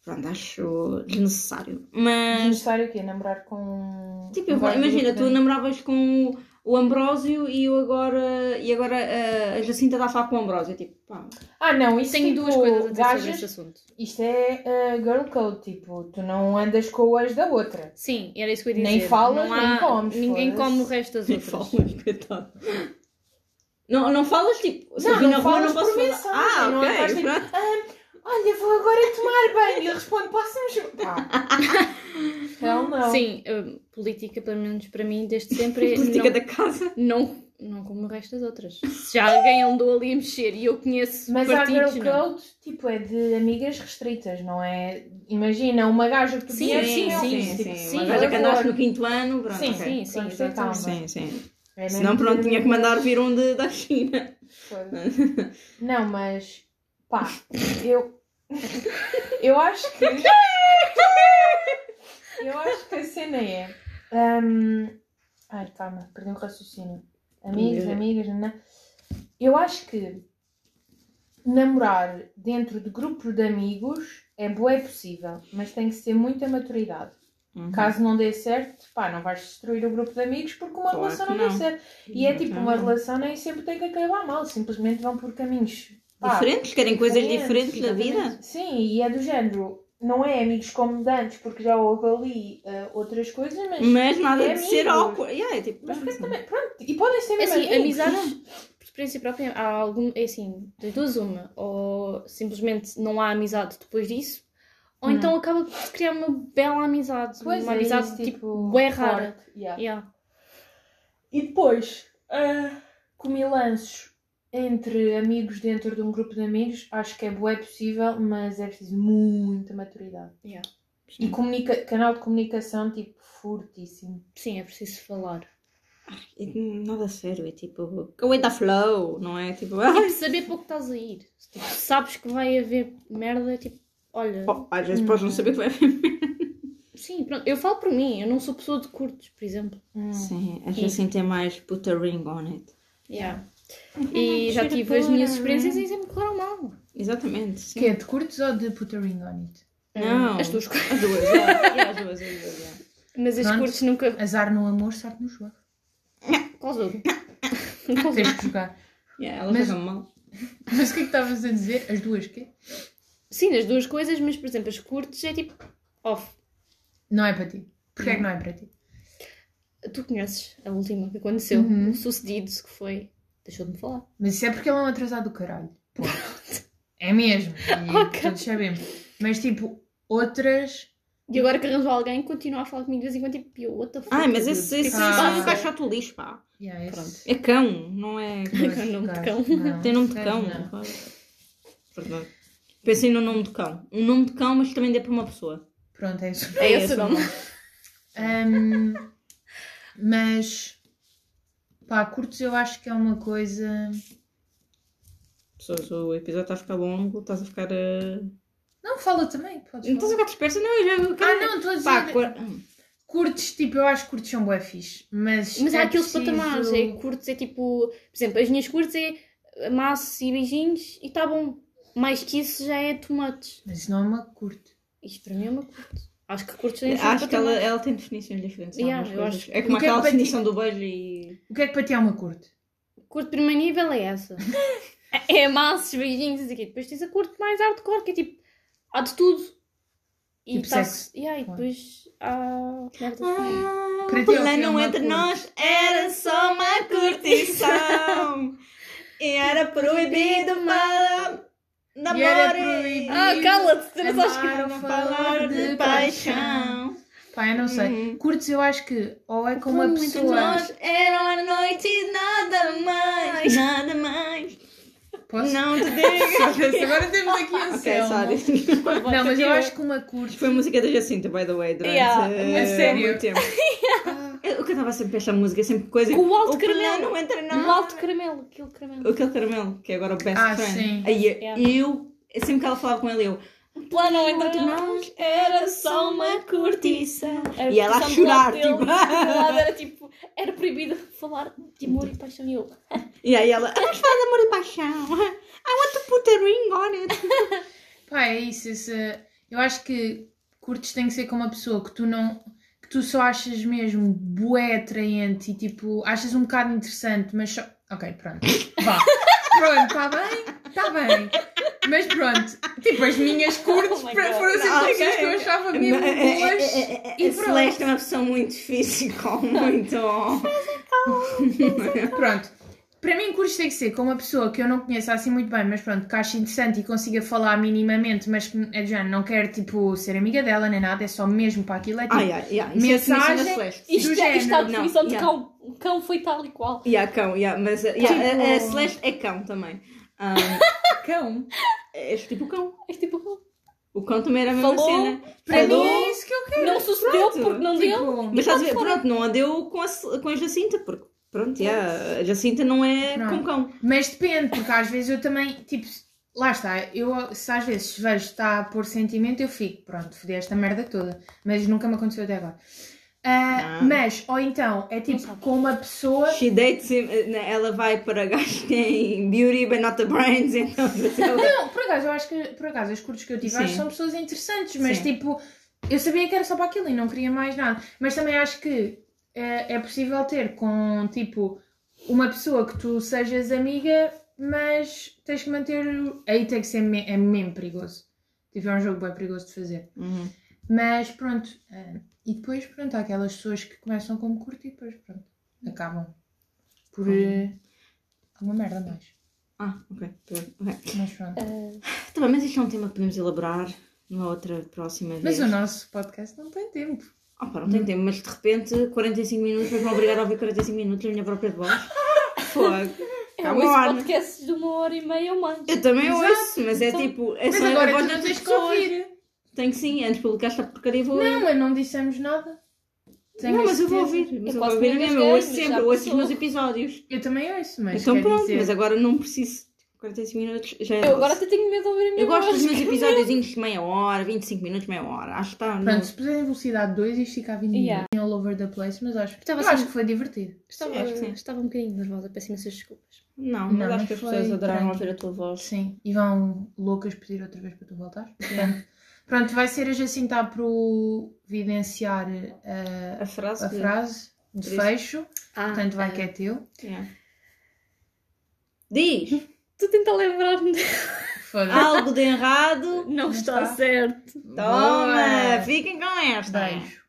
Speaker 1: Pronto, acho desnecessário. Mas.
Speaker 2: Desnecessário o quê? Namorar com.
Speaker 1: Tipo, eu-
Speaker 2: um gajo
Speaker 1: imagina,
Speaker 2: do
Speaker 1: tu
Speaker 2: grupo de-
Speaker 1: namoravas com o, o Ambrósio e eu agora. E agora ah, a Jacinta está a falar com o Ambrósio. Tipo, pá.
Speaker 2: Ah, não, isso
Speaker 3: Tenho
Speaker 2: tipo,
Speaker 3: duas coisas a dizer sobre
Speaker 2: gajas,
Speaker 3: este assunto.
Speaker 2: Isto é uh, girl code, tipo, tu não andas com o ex da outra.
Speaker 3: Sim, era isso que eu ia dizer.
Speaker 2: Nem falas,
Speaker 3: Não
Speaker 2: nem comes,
Speaker 3: Ninguém
Speaker 2: foda-se.
Speaker 3: come o resto das
Speaker 1: Nem
Speaker 3: outras.
Speaker 1: falas, coitado. Não, não falas tipo. Se
Speaker 2: não,
Speaker 1: eu vi
Speaker 2: não
Speaker 1: na rua, não
Speaker 2: falas
Speaker 1: posso
Speaker 2: por mensagem,
Speaker 1: falar.
Speaker 2: não
Speaker 1: Ah,
Speaker 2: andas
Speaker 1: ok.
Speaker 2: tipo,
Speaker 1: pronto.
Speaker 2: "Ah, olha, vou agora tomar banho. E eu respondo, posso-me juntar? Hell não.
Speaker 3: Sim, eh, política, pelo menos para mim, desde sempre é
Speaker 1: Política
Speaker 3: não,
Speaker 1: da casa.
Speaker 3: não, não como o resto das outras. Se já alguém andou ali a mexer e eu conheço
Speaker 2: Mas há girl
Speaker 3: partidos, não.
Speaker 2: code, tipo, é de amigas restritas, não é? Imagina, uma gaja que tu
Speaker 3: Sim,
Speaker 2: conheces,
Speaker 3: sim,
Speaker 2: não.
Speaker 3: sim,
Speaker 2: Tipo,
Speaker 1: Uma gaja
Speaker 2: por
Speaker 1: que
Speaker 2: favor.
Speaker 1: andaste no quinto ano, pronto.
Speaker 2: Sim,
Speaker 1: ok.
Speaker 2: sim,
Speaker 3: Sim, sim,
Speaker 2: vamos ter calma.
Speaker 3: exatamente.
Speaker 1: Sim, sim.
Speaker 2: É mesmo
Speaker 1: Senão, pronto,
Speaker 2: de
Speaker 1: tinha que mandar vir um de, da China.
Speaker 2: Foda-se. Não, mas pá, eu eu acho que eu acho que a cena é hum, ai calma, perdi o raciocínio. Amigos,
Speaker 1: Amiga.
Speaker 2: amigas, não. Eu acho que namorar dentro de grupo de amigos é boa, é possível, mas tem que ser muita maturidade.
Speaker 1: Uhum.
Speaker 2: Uhum. Caso não dê certo, pá, não vais destruir o grupo de amigos porque uma
Speaker 1: Claro
Speaker 2: relação
Speaker 1: que
Speaker 2: não deu
Speaker 1: não.
Speaker 2: certo. E é tipo, uma relação nem sempre tem que acabar mal, simplesmente vão por caminhos Pá,
Speaker 1: Diferentes? Querem coisas
Speaker 2: diferentes,
Speaker 1: diferentes da vida?
Speaker 2: Sim, e é do género. Não é amigos como de antes, porque já houve ali ah, outras coisas, mas.
Speaker 1: Mas nada
Speaker 2: É
Speaker 1: de ser
Speaker 2: amigos.
Speaker 1: awkward. Yeah, é tipo, mas
Speaker 2: mas depois
Speaker 1: parece-
Speaker 2: também, pronto, e podem ser mesmo
Speaker 3: Assim,
Speaker 2: amigos.
Speaker 3: amizades, por experiência própria, há algum, é assim, das duas uma, ou simplesmente não há amizade depois disso, ou
Speaker 2: Hum.
Speaker 3: então acaba por se criar uma bela amizade,
Speaker 2: Pois
Speaker 3: uma
Speaker 2: é,
Speaker 3: amizade
Speaker 2: isso,
Speaker 3: tipo,
Speaker 2: tipo,
Speaker 3: bué rara.
Speaker 2: forte, yeah.
Speaker 3: Yeah.
Speaker 2: E depois, ah, comi lanços entre amigos dentro de um grupo de amigos, acho que é bué possível, mas é preciso muita maturidade.
Speaker 3: Yeah.
Speaker 2: E comunica- canal de comunicação, tipo, fortíssimo.
Speaker 3: Sim, é preciso falar.
Speaker 1: é Nada sério, é tipo. Go with the flow, não é? Tipo,
Speaker 3: Tipo,
Speaker 1: ah,
Speaker 3: saber para o que estás a ir. Tipo, sabes que vai haver merda, tipo, olha.
Speaker 1: pô, às vezes podes não saber o que vai haver.
Speaker 3: Sim, pronto. Eu falo por mim, eu não sou pessoa de curtos, por exemplo.
Speaker 2: Hum.
Speaker 1: Sim, às vezes sem ter mais put a ring on it.
Speaker 3: Yeah.
Speaker 1: Uhum.
Speaker 3: E já tive as minhas experiências e sempre correram mal.
Speaker 1: Exatamente. sim.
Speaker 2: Que é de curtos ou de put a ring on it?
Speaker 1: Não.
Speaker 3: As tuas coisas.
Speaker 1: As duas, yeah, yeah, as duas, as duas, yeah.
Speaker 3: Mas as
Speaker 2: Pronto.
Speaker 3: curtos nunca.
Speaker 2: Azar no amor, sorte no jogo.
Speaker 3: Qual jogo?
Speaker 2: Tens que jogar.
Speaker 1: Yeah, ela
Speaker 2: Mas-
Speaker 1: joga mal.
Speaker 2: Mas o que é que estavas a dizer? As duas quê?
Speaker 3: Sim, das duas coisas, mas por exemplo, as curtos é tipo off.
Speaker 2: Não é para ti. Porquê é que não é para ti?
Speaker 3: Tu conheces a última que aconteceu,
Speaker 2: Uhum.
Speaker 3: o sucedido que foi. Deixou de me falar.
Speaker 2: Mas isso é porque ele é um atrasado do caralho. É mesmo. E
Speaker 3: Ok.
Speaker 2: Todos sabemos. Mas tipo, outras.
Speaker 3: E agora que arranjou alguém, continua a falar comigo de vez em quando, tipo, eu, what the fuck?
Speaker 1: Ai, mas
Speaker 3: dude?
Speaker 1: esse, esse,
Speaker 3: Tipo,
Speaker 1: esse
Speaker 2: Ah.
Speaker 1: é um caixote lixo, pá.
Speaker 2: Yeah, esse-
Speaker 3: Pronto.
Speaker 1: É cão, não é.
Speaker 2: Dois
Speaker 3: Tem nome de
Speaker 2: gajos.
Speaker 3: cão.
Speaker 2: Não,
Speaker 1: Tem nome de
Speaker 2: dois
Speaker 1: cão.
Speaker 2: não.
Speaker 1: pá. Perdão. Pensei no nome de cão. Um nome de cão, mas também dê para uma pessoa.
Speaker 2: Pronto, é isso.
Speaker 3: É esse o
Speaker 1: esse
Speaker 3: nome.
Speaker 2: Ahm, mas. Pá, curtos eu acho que é uma coisa.
Speaker 1: Pessoas, o episódio está a ficar longo, estás a ficar. eh,
Speaker 2: Não, fala também. Podes
Speaker 1: Não estás a
Speaker 2: falar.
Speaker 1: ficar dispersa? Não, Então, eu já.
Speaker 2: Ah, não, estou a dizer.
Speaker 1: Pá, cor- hum.
Speaker 2: Curtos, tipo, eu acho que curtos são bué fixe. Mas.
Speaker 3: Mas
Speaker 2: é
Speaker 3: há aqueles
Speaker 2: preciso-
Speaker 3: patamares, é curtos, é tipo, por exemplo, as minhas curtas é maços e beijinhos e tá bom. Mais que isso já é tomates.
Speaker 2: Mas isso não é uma curto.
Speaker 3: Isto para mim é uma curta. Acho que curtos têm
Speaker 1: Acho que ela,
Speaker 3: patamares.
Speaker 1: ela tem definições diferentes. em
Speaker 3: Yeah,
Speaker 1: algumas
Speaker 3: eu
Speaker 1: coisas.
Speaker 3: acho que-
Speaker 1: É como
Speaker 2: O que é que
Speaker 1: aquela
Speaker 2: para ti-
Speaker 1: definição do beijo e.
Speaker 2: O que é que para ti é uma curto?
Speaker 3: Curto de primeiro nível é essa. é maços, beijinhos e aqui. Depois tens a curto mais hardcore, que é tipo, há de tudo. E
Speaker 2: Tipo
Speaker 3: tá-
Speaker 2: sexo.
Speaker 3: Yeah, e
Speaker 2: Claro.
Speaker 3: depois há. merdas como-
Speaker 1: Ah,
Speaker 2: Para ti é
Speaker 1: lá
Speaker 2: o que é
Speaker 1: não
Speaker 2: uma
Speaker 1: entre
Speaker 2: curte.
Speaker 1: nós era só uma curtição. e era proibido para
Speaker 2: E era
Speaker 1: namorar.
Speaker 2: proibido.
Speaker 3: Ah, cala-te, temos aos
Speaker 2: Amar ou
Speaker 1: Falar de paixão.
Speaker 2: Pá, eu não sei.
Speaker 1: Uhum.
Speaker 2: Curtos eu acho que ou é com uma
Speaker 3: Como entre
Speaker 2: pessoa.
Speaker 1: Nós era a noite e nada mais. Nada mais.
Speaker 2: Posso?
Speaker 1: Não te digas.
Speaker 2: Agora temos aqui a Selma. Não, mas eu acho que uma curta.
Speaker 1: Foi a música da Jacinta, by the way, durante
Speaker 3: Yeah,
Speaker 1: eh,
Speaker 2: a sério.
Speaker 1: muito tempo. Eu eu cantava sempre esta música, é sempre coisa.
Speaker 3: Com o alto
Speaker 1: plano
Speaker 3: caramelo.
Speaker 1: não entra
Speaker 3: Um
Speaker 1: nada.
Speaker 3: alto caramelo, aquele caramelo.
Speaker 1: Aquele caramelo, que é agora o best
Speaker 2: Ah,
Speaker 1: friend.
Speaker 2: sim.
Speaker 1: Aí eu-
Speaker 3: Yeah.
Speaker 1: eu, sempre que ela falava com ele, eu.
Speaker 3: O plano entre
Speaker 1: Entre
Speaker 3: nós.
Speaker 1: nós era só uma curtição.
Speaker 3: Era
Speaker 1: E ela a
Speaker 3: proibição do
Speaker 1: chorar,
Speaker 3: lado dele,
Speaker 1: tipo.
Speaker 3: do lado era tipo, era proibido falar de amor e paixão. E eu,
Speaker 1: E aí ela. Vamos falar de amor e paixão. I want to put a ring on it.
Speaker 2: Pá, é isso. esse- Eu acho que curtos tem que ser com uma pessoa que tu não. que tu só achas mesmo bué atraente e tipo. achas um bocado interessante, mas só. Ok, pronto. Vá. Pronto, está bem? Está bem. Mas pronto, tipo, as minhas curtas
Speaker 3: Oh my
Speaker 2: pra-
Speaker 3: God.
Speaker 2: foram sempre
Speaker 1: Não, é,
Speaker 2: pessoas
Speaker 1: ok.
Speaker 2: que eu achava mesmo boas. E
Speaker 1: A
Speaker 2: pronto.
Speaker 1: Celeste é uma pessoa muito física, muito.
Speaker 2: Pronto. Para mim, curso tem que ser com uma pessoa que eu não conheço assim muito bem, mas pronto, que acho interessante e consiga falar minimamente, mas que é de género, não quero tipo ser amiga dela nem nada, é só mesmo para aquilo. É tipo,
Speaker 1: Ai, ai, ai. isso é a definição da
Speaker 2: Mensagem.
Speaker 1: Celeste.
Speaker 2: Do
Speaker 3: isto, é, isto é a
Speaker 2: género,
Speaker 3: definição
Speaker 1: não,
Speaker 3: de
Speaker 1: yeah.
Speaker 3: cão. O cão foi tal e qual.
Speaker 1: E há cão, yeah, mas uh, yeah,
Speaker 2: Tipo-
Speaker 1: a, a Celeste é cão também. Ah,
Speaker 2: cão.
Speaker 1: és tipo cão.
Speaker 3: É tipo,
Speaker 1: O cão também era a mesma
Speaker 3: Falou,
Speaker 1: cena.
Speaker 2: Para
Speaker 1: Falou,
Speaker 2: mim é isso que eu quero.
Speaker 3: não sucedeu
Speaker 1: pronto,
Speaker 3: porque não deu.
Speaker 2: Tipo,
Speaker 1: Mas estás a ver, pronto, não a deu com a, Ce- com a Jacinta, porque pronto, yeah, a Jacinta não é
Speaker 2: Pronto.
Speaker 1: com cão.
Speaker 2: mas depende, porque às vezes eu também, tipo, lá está, eu se às vezes vejo que está a pôr sentimento, eu fico, pronto, fodi esta merda toda, mas nunca me aconteceu até agora. Ah,
Speaker 1: Ah.
Speaker 2: mas, ou então, é tipo com uma pessoa
Speaker 1: She dates him, eh, né, ela vai para gajos que têm beauty but not the brains, então.
Speaker 2: Não, por acaso, eu acho que por acaso, as curtas que eu tive acho que
Speaker 1: Sim.
Speaker 2: são pessoas interessantes, mas
Speaker 1: Sim.
Speaker 2: tipo, eu sabia que era só para aquilo e não queria mais nada. Mas também acho que é eh, é, possível ter com tipo uma pessoa que tu sejas amiga mas tens que manter. o- Aí tem que ser me- é mesmo perigoso. Tipo, é um jogo bem perigoso de fazer.
Speaker 1: Uhum.
Speaker 2: Mas pronto. eh, e depois, pronto, há aquelas pessoas que começam como curto e depois, pronto, acabam por. eh, alguma merda mais.
Speaker 1: Ah, ok. Pronto, ok.
Speaker 2: Mas pronto.
Speaker 3: Ah,
Speaker 1: Tá bem, mas isto é um tema que podemos elaborar numa outra próxima
Speaker 2: Mas
Speaker 1: vez.
Speaker 2: o nosso podcast não tem tempo.
Speaker 1: Ah, pá, não tenho tempo, mas de repente 45 minutos, mas me obrigar a ouvir 45 minutos a minha própria voz. Fogo.
Speaker 2: É
Speaker 3: Eu
Speaker 1: Come
Speaker 3: ouço
Speaker 1: on. É
Speaker 3: podcasts um de uma hora e meia ou mais.
Speaker 1: Eu também
Speaker 2: um Exato. Então,
Speaker 1: ouço, mas é tipo. É
Speaker 2: Mas
Speaker 1: só a
Speaker 2: agora
Speaker 1: voz
Speaker 2: tu não
Speaker 1: das
Speaker 2: tens que
Speaker 1: pessoas.
Speaker 2: ouvir.
Speaker 1: Tenho que sim, antes de publicar esta porcaria vou
Speaker 2: Não, mas não dissemos nada. Tenho
Speaker 1: Não, mas eu vou
Speaker 2: certeza.
Speaker 1: ouvir. Mas
Speaker 3: Eu
Speaker 1: eu, vou
Speaker 3: posso
Speaker 1: ouvir
Speaker 3: me
Speaker 1: a mesma.
Speaker 3: engasgar,
Speaker 1: Eu ouço
Speaker 3: mas
Speaker 1: sempre,
Speaker 3: já
Speaker 1: eu ouço os
Speaker 3: passou.
Speaker 1: meus episódios.
Speaker 2: Eu também ouço, mas
Speaker 1: então
Speaker 2: quer
Speaker 1: pronto,
Speaker 2: dizer...
Speaker 1: mas agora não preciso. 45 minutos já é
Speaker 3: Eu agora
Speaker 1: doce.
Speaker 3: até tenho medo de ouvir a minha
Speaker 1: Eu gosto
Speaker 3: voz.
Speaker 1: dos meus episódios de meia hora, 25 minutos, meia hora. Acho que tá está. no-
Speaker 2: Pronto, se puserem velocidade 2 isto fica a 20
Speaker 3: Yeah.
Speaker 2: all over the place, mas acho,
Speaker 3: Estava
Speaker 2: eu
Speaker 3: assim-
Speaker 2: acho que foi divertido.
Speaker 3: Estava,
Speaker 1: Sim, acho que sim.
Speaker 3: estava um bocadinho nervosa, peço imensas desculpas.
Speaker 1: Não,
Speaker 2: Não,
Speaker 1: mas acho que as
Speaker 2: foi
Speaker 1: pessoas adoraram
Speaker 2: tranquilo.
Speaker 1: ouvir a tua voz.
Speaker 2: Sim, e vão loucas pedir outra vez para tu voltar. Portanto, pronto, vai ser a Jacinta a providenciar eh,
Speaker 1: A frase.
Speaker 2: a
Speaker 1: que-
Speaker 2: frase de
Speaker 1: Por isso-
Speaker 2: fecho,
Speaker 3: Ah,
Speaker 2: portanto vai
Speaker 3: ah,
Speaker 2: que é teu.
Speaker 1: Yeah. Diz!
Speaker 3: Tu tenta lembrar-me. de-
Speaker 1: Ah,
Speaker 2: Foda-se.
Speaker 1: Algo de errado.
Speaker 3: Não está
Speaker 2: está.
Speaker 3: certo.
Speaker 1: Toma!
Speaker 2: Boa.
Speaker 1: Fiquem com esta!
Speaker 2: Beijo.